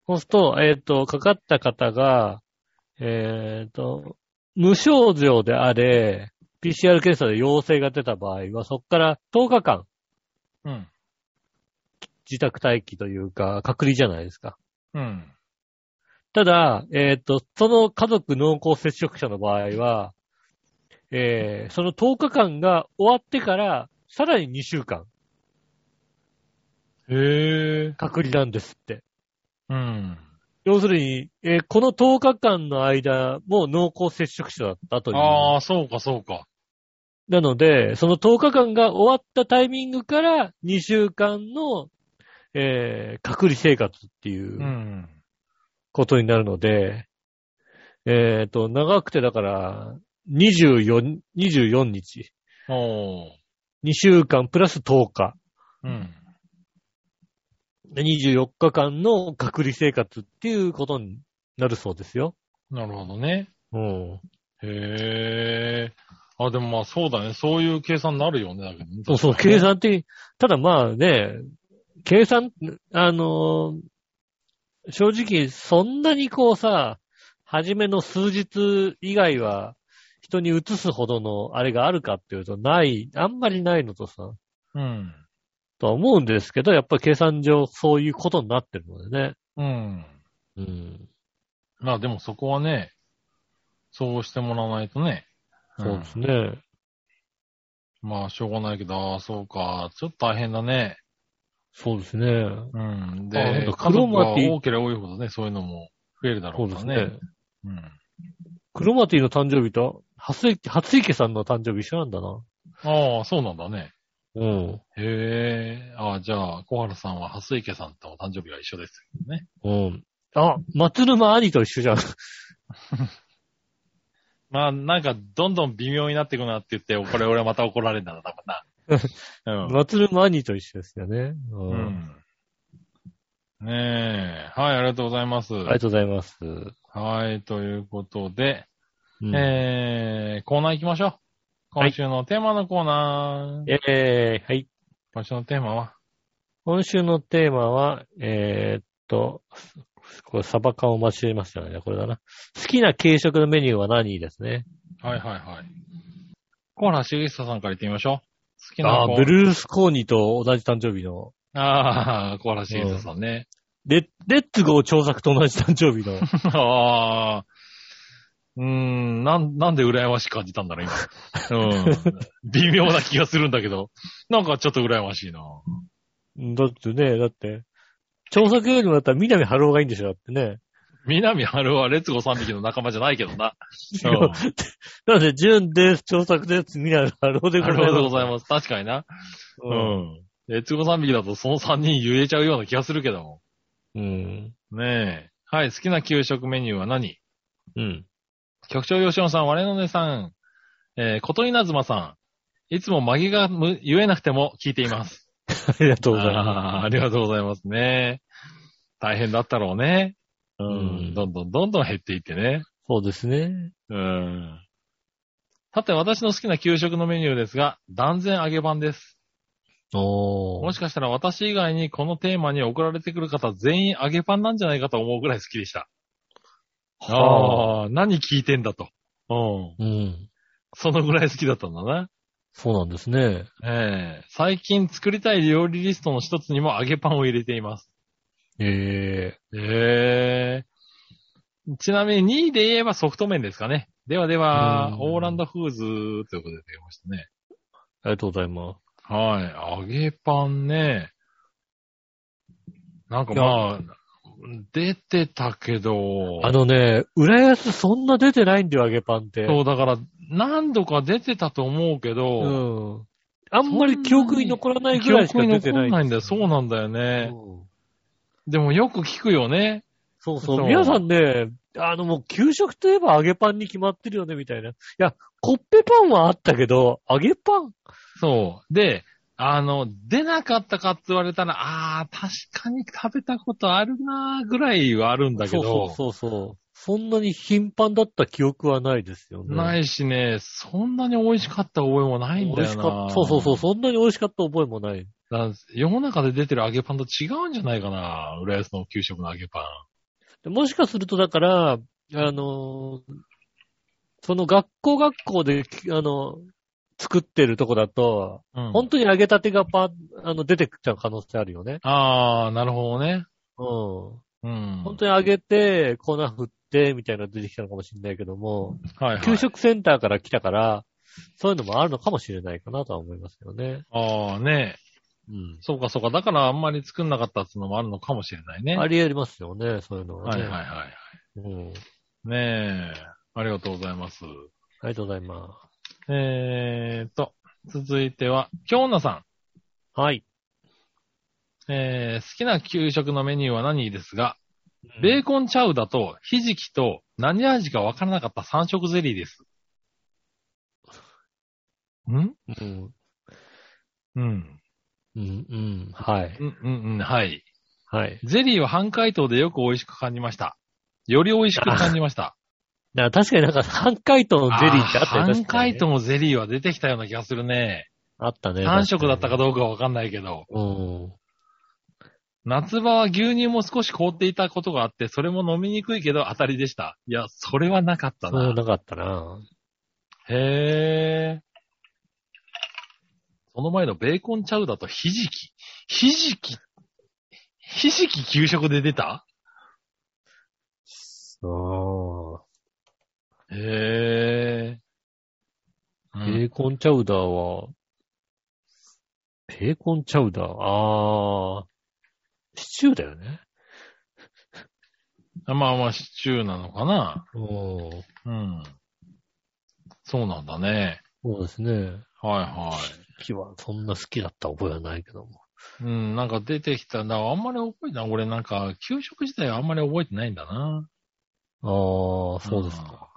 S2: そうすると、えっ、と、かかった方が、えっ、と、無症状であれ、PCR 検査で陽性が出た場合は、そこから10日間、
S3: うん。
S2: 自宅待機というか、隔離じゃないですか。
S3: うん。
S2: ただ、えっ、と、その家族濃厚接触者の場合は、えーその10日間が終わってから、さらに2週間
S3: へえ。
S2: 隔離なんですって。
S3: うん。
S2: 要するに、えーこの10日間の間も濃厚接触者だったという。
S3: ああ、そうか、そうか。
S2: なので、その10日間が終わったタイミングから2週間の、えー隔離生活っていう。
S3: うん。
S2: ことになるので、えっ、と、長くてだから、24、24日、
S3: おー。
S2: 2週間プラス10日、
S3: うん。
S2: で24日間の隔離生活っていうことになるそうですよ。
S3: なるほどね。
S2: うん。
S3: へえ。あ、でもまあそうだね。そういう計算になるよね、だけどね
S2: そうそう、計。算的に、ただまあね、計算、あのー正直そんなにこうさ、初めの数日以外は人に移すほどのあれがあるかっていうとない、あんまりないのとさ、
S3: うん。
S2: とは思うんですけど、やっぱり計算上そういうことになってるのでね。
S3: うん。
S2: うん。
S3: まあでもそこはね、そうしてもらわないとね。
S2: そうです
S3: ね。
S2: ね。
S3: まあしょうがないけど、ああ、そうか。ちょっと大変だね。
S2: そうですね。
S3: う
S2: あ
S3: ん。で、
S2: ほん
S3: 家
S2: と
S3: 族が
S2: 黒巻
S3: 多ければ多いほどね、そういうのも増えるだ
S2: そ
S3: ろ
S2: う
S3: うか
S2: です
S3: らね。
S2: ね。
S3: うん。
S2: クロマティの誕生日と、初池、初池さんの誕生日一緒なんだな。
S3: ああ、そうなんだね。
S4: うん。
S3: へえ。あじゃあ、小原さんは、蓮池さんとお誕生日が一緒ですよね。
S4: うん。
S2: あ、松沼兄と一緒じゃん。
S3: まあ、なんか、どんどん微妙になってくなって言って、これ俺また怒られるんだな、多分な。
S2: 松沼兄と一緒ですよね。
S3: うん。
S2: う
S3: うんん。ねえ。はい、ありがとうございます。
S2: ありがとうございます。
S3: はい、ということで、
S2: うん
S3: えー、コーナー行きましょう。今週のテーマのコーナー。
S2: えー、はい。
S3: 今週のテーマは、
S2: 今週のテーマは、えーっと、これサバ缶を間違えましたね。これだな。好きな軽食のメニューは何ですね。
S3: はいはいはい。小原茂久さんから言ってみましょう。好きな
S2: あ
S3: コ
S2: ーブ
S3: ー
S2: ルースコーニーと同じ誕生日の、
S3: ああ、小原茂久さんね。
S2: レッレッツゴー調作と同じ誕生 日の、
S3: ああ、うーん、なん、なんで羨ましく感じたんだろう、今。 うん。微妙な気がするんだけど、なんかちょっと羨ましいな。
S2: うんだってね、だって、調作よりもだったら南春夫がいいんでしょだってね。
S3: 南春はレッツゴー3匹の仲間じゃないけどな。
S2: 違うなので、純です、調作です、南春夫で
S3: う
S2: ご
S3: ん。
S2: ざ
S3: ないる
S2: ます。
S3: ほどございます。確かにな。
S2: う。
S3: うんん。レッツゴー3匹だとその3人言えちゃうような気がするけども。
S2: うん。
S3: ねえ。はい、好きな給食メニューは何
S2: うん。
S3: 局長吉野さん、我のねさん、えー、こといなずまさん。いつも曲げがむ言えなくても聞いています。
S2: ありがとうございま
S3: あーありがとうございますね。大変だったろうね。う
S2: うん
S3: ん。どんどんどんどん減っていってね。
S2: す。そうですね。
S3: うん。さて、私の好きな給食のメニューですが、断然揚げパンです。
S2: おー。
S3: もしかしたら私以外にこのテーマに送られてくる方全員揚げパンなんじゃないかと思うぐらい好きでした。
S2: は
S3: ああー、何聞いてんだと。う
S2: う
S3: ん。
S2: ん。
S3: そのぐらい好きだったんだな。
S2: そうなんですね。
S3: ええ最近作りたい料理リストの一つにも揚げパンを入れています。
S2: ええ
S3: ええちなみに2位で言えばソフト麺ですかね。ではでは、
S2: うん
S3: オーランドフーズということで出ましたね。
S2: ありがとうございます。
S3: はい。揚げパンね。なんかまあ、出てたけど、
S2: あのね、浦安そんな出てないんだよ、揚げパンって。
S3: そうだから何度か出てたと思うけ
S2: う
S3: ど、
S2: ん。あんまり記憶に残らないぐらいしか出てない。
S3: 記憶に残んないんだよ。そうなんだよね。
S2: うん
S3: でもよく聞くよね。
S2: そうそ。
S3: そうう
S2: 皆さんね、あのもう給食といえば揚げパンに決まってるよね、みたいな。いや、コッペパンはあったけど、揚げパン
S3: そう。で、あの、出なかったかって言われたら、ああ、確かに食べたことあるなーぐらいはあるんだけど、
S2: そうそうそうそう。そんなに頻繁だった記憶はないですよね。
S3: ないしね、そんなに美味しかった覚えもないん
S2: 美
S3: だ
S2: 味し
S3: よな。
S2: かった。そうそうそう。そんなに美味しかった覚えもない。
S3: だから世の中で出てる揚げパンと違うんじゃないかな、浦安の給食の揚げパ
S2: でもしかするとだから、あのーその学校学校で、きあの、作ってるとこだと、
S3: ン。うん
S2: 本当に揚げたてがパーあの、出てくっちゃう可能性あるよね。
S3: ああ、なるほどね。
S2: うん。
S3: うん。
S2: 本当に揚げて、粉振って、みたいなの出てきたのかもしれないけども、
S3: はい、はい。
S2: 給食センターから来たから、そういうのもあるのかもしれないかなとは思いますよね。
S3: ああ、ね。
S2: うん。
S3: そうかそうか。だからあんまり作んなかったっていうのもあるのかもしれないね。
S2: あり得ますよね、そういうのは
S3: はい
S2: ね。
S3: はいはいは
S2: うん。
S3: い。ねえ。ありがとうございます。
S2: ありがとうございま
S3: えーと、続いては、京奈さん。
S2: す。はい。
S3: えー、好きな給食のメニューは何ですが、ベーコンチャウダと、ひじきと、何味かわからなかった三色ゼリーです。ん
S2: うん。
S3: うん。
S2: うん、うん、はい。
S3: うん、うん、うん、はい。
S2: はい。
S3: ゼリーは半解凍でよく美味しく感じました。より美味しく感じました。
S2: な確かになんか半解凍 のゼリーってあったよ
S3: あ
S2: ね。確
S3: ー半
S2: かに
S3: 解凍のゼリーは出てきたような気がするね。
S2: あったね。
S3: 何色だったかどうかわかんないけど。
S2: うん。
S3: 夏場は牛乳も少し凍っていたことがあって、それも飲みにくいけど当たりでした。いや、それはなかった
S2: そう
S3: な。
S2: なかったな。
S3: へぇー。その前のベーコンチャウダーとひじき。ひじきひじき給食で出た
S2: そ
S3: へぇー。
S2: う。
S3: うん
S2: ベーコンチャウダーは、ベーコンチャウダー、あー、シチューだよね。
S3: まあまあ、シチューなのかな。
S2: うん。
S3: うん。そうなんだね。
S2: そうですね。
S3: はいは
S2: 時はそんな好きだった覚えはないけども。
S3: うん、なんか出てきたな。あんまり覚えてない。俺なんか、給食自体はあんまり覚えてないんだな。
S2: ああ、そうですか。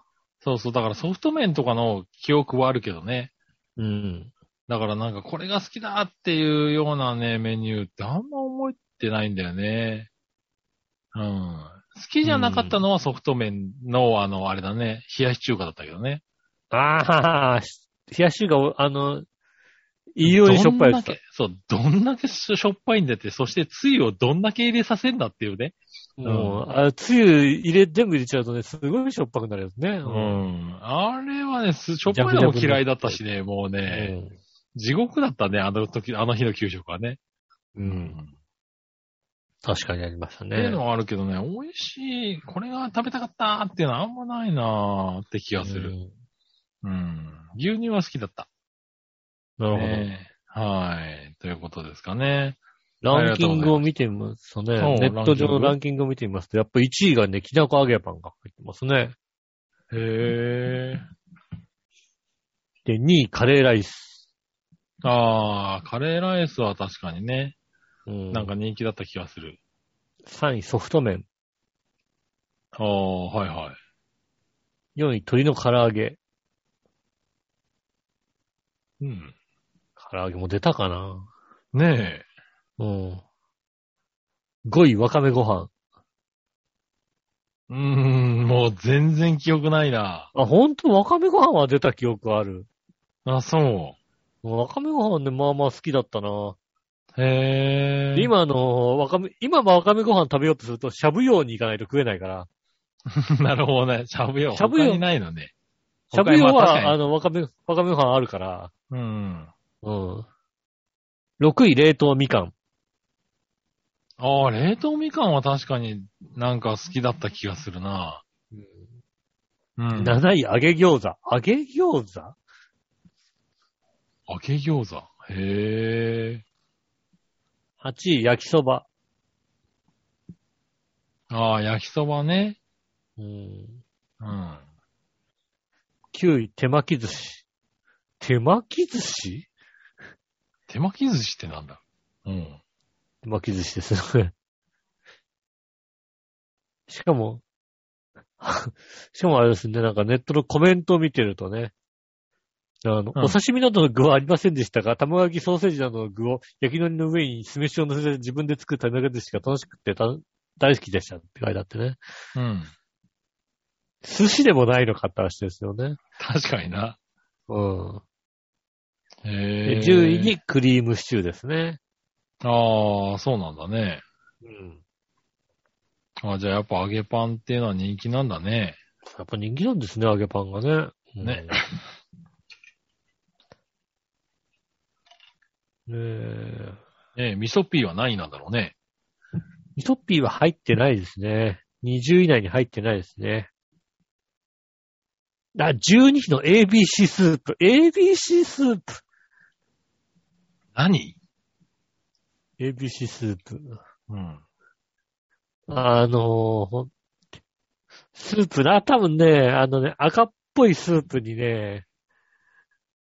S3: そうそう。だからソフト面とかの記憶はあるけどね。
S2: うん。
S3: だからなんかこれが好きだっていうようなね、メニューってあんま覚えてないんだよね。うん。好きじゃなかったのはソフト麺の、あの、あれだね、冷やし中華だったけどね。
S2: ああ、冷やしが、あの、いいようにしょっぱいやつだ
S3: どんだけそう、どんだけしょっぱいんだって、そしてつゆをどんだけ入れさせんだっていうね。ん
S2: もう、あつゆ入れ、全部入れちゃうとね、すごいしょっぱくなるやつね。う
S3: う。ん。あれはね、すしょっぱいのも嫌いだったしね、もうね、地獄だったね、あの時、あの日の給食はね。
S2: う。
S3: うん
S2: 確かにありました
S3: っていう
S2: ね。
S3: のはあるけどね、美味しい、これが食べたかったっていうのはあんまないなーって気がす
S2: う
S3: る。
S2: ん
S3: うん。牛乳は好きだった。
S2: なるほど。
S3: ねはい。ということですかね。
S2: ランキングを見てみますとね
S3: あ、り
S2: ネ
S3: がと
S2: ッ
S3: うございます
S2: ト上のランキングを見てみますと、やっぱ1位がね、きなこ揚げパンが入ってますね。
S3: へえ。
S2: で、2位、カレーライス。
S3: あー、カレーライスは確かにね、
S2: うん
S3: なんか人気だった気がする。
S2: 3位、ソフト麺。
S3: あー、はいはい。
S2: 4位、鶏の唐揚げ。
S3: うん。
S2: 唐揚げも出たかな
S3: ねえ。
S2: うん。5位、わかめご飯。
S3: うーん、もう全然記憶ないな。
S2: あ、ほんと、わかめご飯は出た記憶ある。
S3: あ、そ
S2: わかめご飯ね、まあまあ好きだったな。
S3: う。へえ。
S2: で、今、あのー、わかめ、今もわかめご飯食べようとすると、しゃぶ用に行かないと食えないから、
S3: なるほどね。しゃぶよ。
S2: しゃぶよ
S3: 他にないのね。
S2: しゃぶ用
S3: 他にま
S2: は、
S3: あ
S2: あの、わかめ、わかめご飯あるから、
S3: うん。
S2: うん。6位、冷凍みかん。
S3: ああ、冷凍みかんは確かになんか好きだった気がするな。うん。揚
S2: 7位、揚げ餃子。揚げ餃子
S3: げ餃子。へえ。
S2: ?8 位、焼きそば。
S3: ああ、焼きそばね。
S2: うん。
S3: うん。
S2: 9位、手巻き寿司。手巻き寿司
S3: 手巻き寿司ってなんだうん。
S2: 手巻き寿司です ね。しかも、 しかもあれですね、なんかネットのコメントを見てるとね、あの、
S3: うん
S2: お刺身などの具はありませんでしたが、卵焼きソーセージなどの具を焼き海苔の上に酢飯を乗せて自分で作る食べ方寿司が楽しくてた大好きでしたって書いてあってね。
S3: うん。
S2: 寿司でもないのかって話ですよね。
S3: 確かにな。
S2: うん。
S3: へ
S2: で
S3: え。
S2: 10位にクリームシチューですね。
S3: ああ、そうなんだね。
S2: うん。
S3: あじゃあやっぱ揚げパンっていうのは人気なんだね。
S2: やっぱ人気なんですね、揚げパンがね。うん
S3: ね。
S2: ねえ。
S3: ええ、味噌ピーは何位なんだろうね。
S2: ミトッピーは入ってないですね。20以内に入ってないですね。あ、12時の ABC スープ。ABC スープ。
S3: 何
S2: ABC スープ。
S3: うん。
S2: あのーほんスープな、多分ね、あのね、赤っぽいスープにね、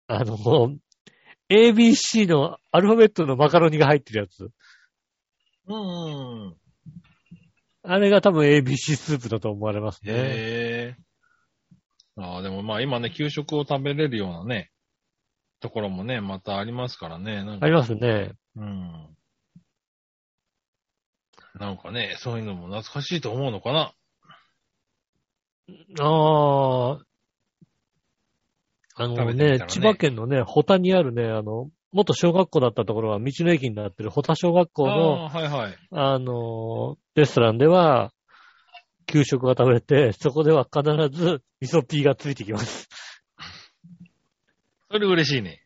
S2: あの、もう ABC のアルファベットのマカロニが入ってるやつ。
S3: うん。
S2: あれが多分 ABC スープだと思われますね。
S3: へえ。ああ、でもまあ今ね、給食を食べれるようなね、ところもね、またありますからね。なんか、
S2: ありますね。
S3: うん。なんかね、そういうのも懐かしいと思うのかな。
S2: ああ。あの
S3: 食べてみたら
S2: ね、
S3: ね
S2: 千葉県のね、ホタにあるね、あの、元小学校だったところは道の駅になってるホタ小学校の、
S3: ああ、はいはい。
S2: あの、レストランでは、給食が食べて、そこでは必ず味噌ピーがついてきます。
S3: それ嬉しいね。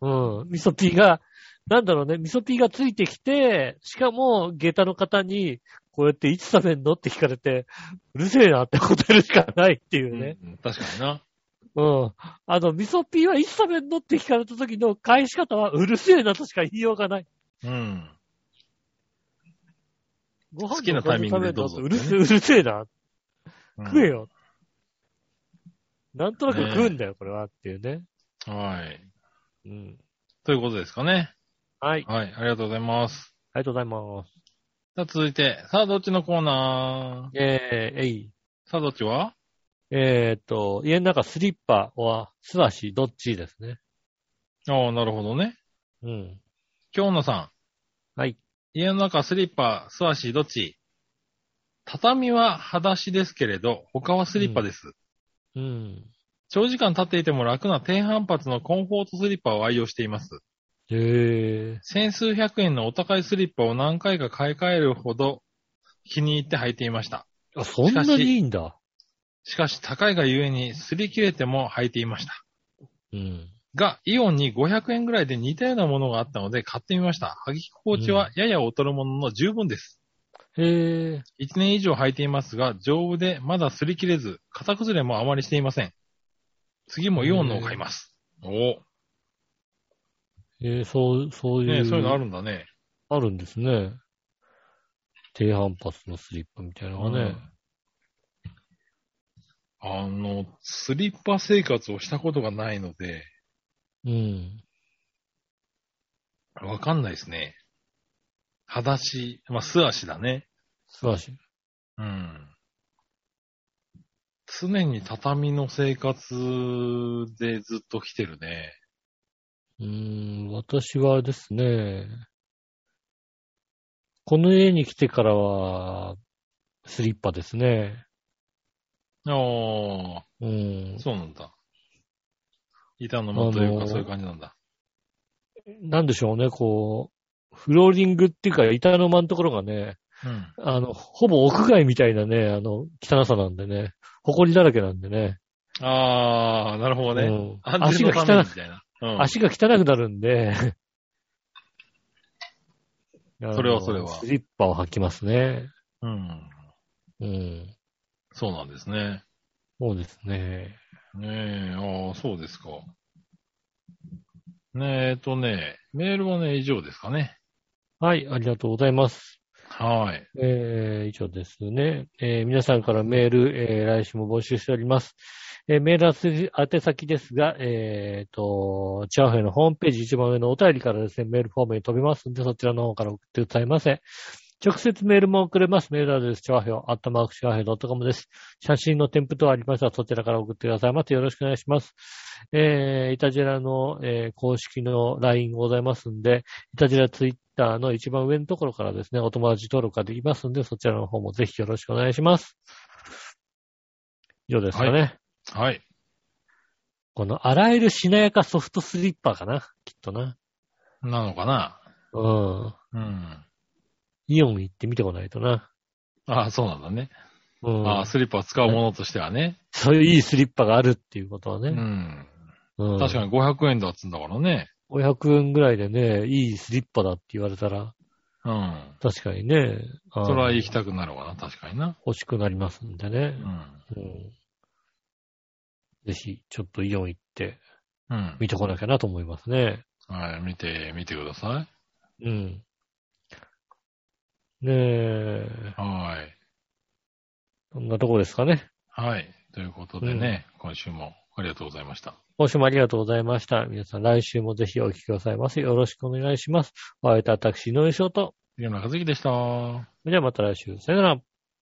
S2: うん。味噌ピーが、なんだろうね、味噌ピーがついてきて、しかも、下駄の方に、こうやっていつ食べんのって聞かれて、うるせえなって答えるしかないっていうね。
S3: うん確かにな。
S2: うん。あの、味噌ピーはいつ食べんのって聞かれた時の返し方はうるせえなとしか言いようがない。
S3: うん。
S2: ご
S3: 好きなタイミングでどうぞ
S2: うるせえ、うるせえな。
S3: うん
S2: 食えよ。なんとなく食うんだよ、これはっていうね。
S3: はい。
S2: うん。
S3: ということですかね。
S2: はい。
S3: はい、ありがとうございます。
S2: ありがとうございます。
S3: さあ、続いて、さあ、どっちのコーナ
S2: えー、えい。
S3: ーさあ、どっちは
S2: えーっと、家の中スリッパは素足、どっちですね。
S3: ああ、なるほどね。
S2: うん。
S3: 今日のさん。
S2: はい。
S3: 家の中、スリッパ、素足、どっち畳は裸足ですけれど、他はスリッパです。
S2: うん。
S3: 長時間立っていても楽な低反発のコンフォートスリッパを愛用しています。
S2: へえ
S3: 千数百円のお高いスリッパを何回か買い替えるほど気に入って履いていました。
S2: ー。あ、そんなにいいんだ。
S3: しかし高いがゆえに擦り切れても履いていました。
S2: うん。
S3: が、イオンに500円ぐらいで似たようなものがあったので買ってみました。履き心地はやや劣るものの十分です。
S2: へえ
S3: 1年以上履いていますが、丈夫でまだ擦り切れず、型崩れもあまりしていません。次もイオンのを買います。お
S2: ー。えー、そう、そう
S3: お、
S2: い
S3: ね
S2: う。
S3: えそういうのあるんだね。
S2: あるんですね。低反発のスリッパみたいなのがね。
S3: あの、スリッパ生活をしたことがないので、
S2: うん。
S3: わかんないですね。裸足、まあ、素足だね。
S2: 素足。
S3: うん。常に畳の生活でずっと来てるね。
S2: うーん、私はですね、この家に来てからは、スリッパですね。
S3: あ
S2: うん
S3: あ、。そうなんだ。板の間というかそういう感じなんだ。
S2: なんでしょうね、こう、フローリングっていうか、板の間のところがね、
S3: うん。
S2: あの、ほぼ屋外みたいなね、あの、汚さなんでね、埃だらけなんでね。
S3: ああ、なるほどね。
S2: うん
S3: 安
S2: 足
S3: 全
S2: が
S3: のため
S2: 汚
S3: に
S2: く
S3: みたいな。うん。
S2: 足が汚くなるんで、
S3: それはそれは
S2: あのスリッパを履きますね。
S3: うん。
S2: うん。
S3: そうなんですね。
S2: そうですね。
S3: ねえ、ああ、そうですか。ねえ、えっとね、メールはね、以上ですかね。
S2: はい、ありがとうございます。
S3: はい。
S2: えー、以上ですね。えー皆さんからメール、えー来週も募集しております。えーメールはす宛先ですが、えーと、チャーフェイのホームページ一番上のお便りからですね、メールフォームに飛びますので、そちらの方から送ってくださいませ。直接メールも送れます。メールアドレス、チャーフェイ、アットマークチャーフェイ .com です。写真の添付等ありましたら、そちらから送ってくださいませ。よろしくお願いします。えー、イタジェラの、えー公式の LINE ございますんで、イタジラツイッターの一番上のところからですね、お友達登録ができますんで、そちらの方もぜひよろしくお願いします。以上ですかね。
S3: はい。
S2: この、あらゆるしなやかソフトスリッパかな、きっとな。
S3: なのかな
S2: うん。
S3: うん。
S2: イオン行ってみてこないとな。
S3: ああ、そうなんだね。
S2: うん。
S3: ああ、スリッパを使うものとしてはね。
S2: そういういいスリッパがあるっていうことは
S3: う
S2: ね。
S3: ん。
S2: うん。
S3: 確かに500円だっつうんだからね。
S2: 500円ぐらいでね、いいスリッパだって言われたら、
S3: うん。
S2: 確かにね。あー
S3: それは行きたくなるわな、確かにな。
S2: 欲しくなりますんでね
S3: う。ん。
S2: うん。ぜひ、ちょっとイオン行って、
S3: うん。
S2: 見てこなきゃなと思いますね。
S3: はい、見て、見てくださ
S2: うん。ねえ、
S3: い。はい。
S2: そんなとこですかね。
S3: はい。ということでね、今週もありがとうございました。
S2: 今週もありがとうございました。皆さん来週もぜひお聞きくださいませ。よろしくお願いします。お会いいた私、井上翔と。
S3: 杉村和樹でした。
S2: それではまた来週。さよなら。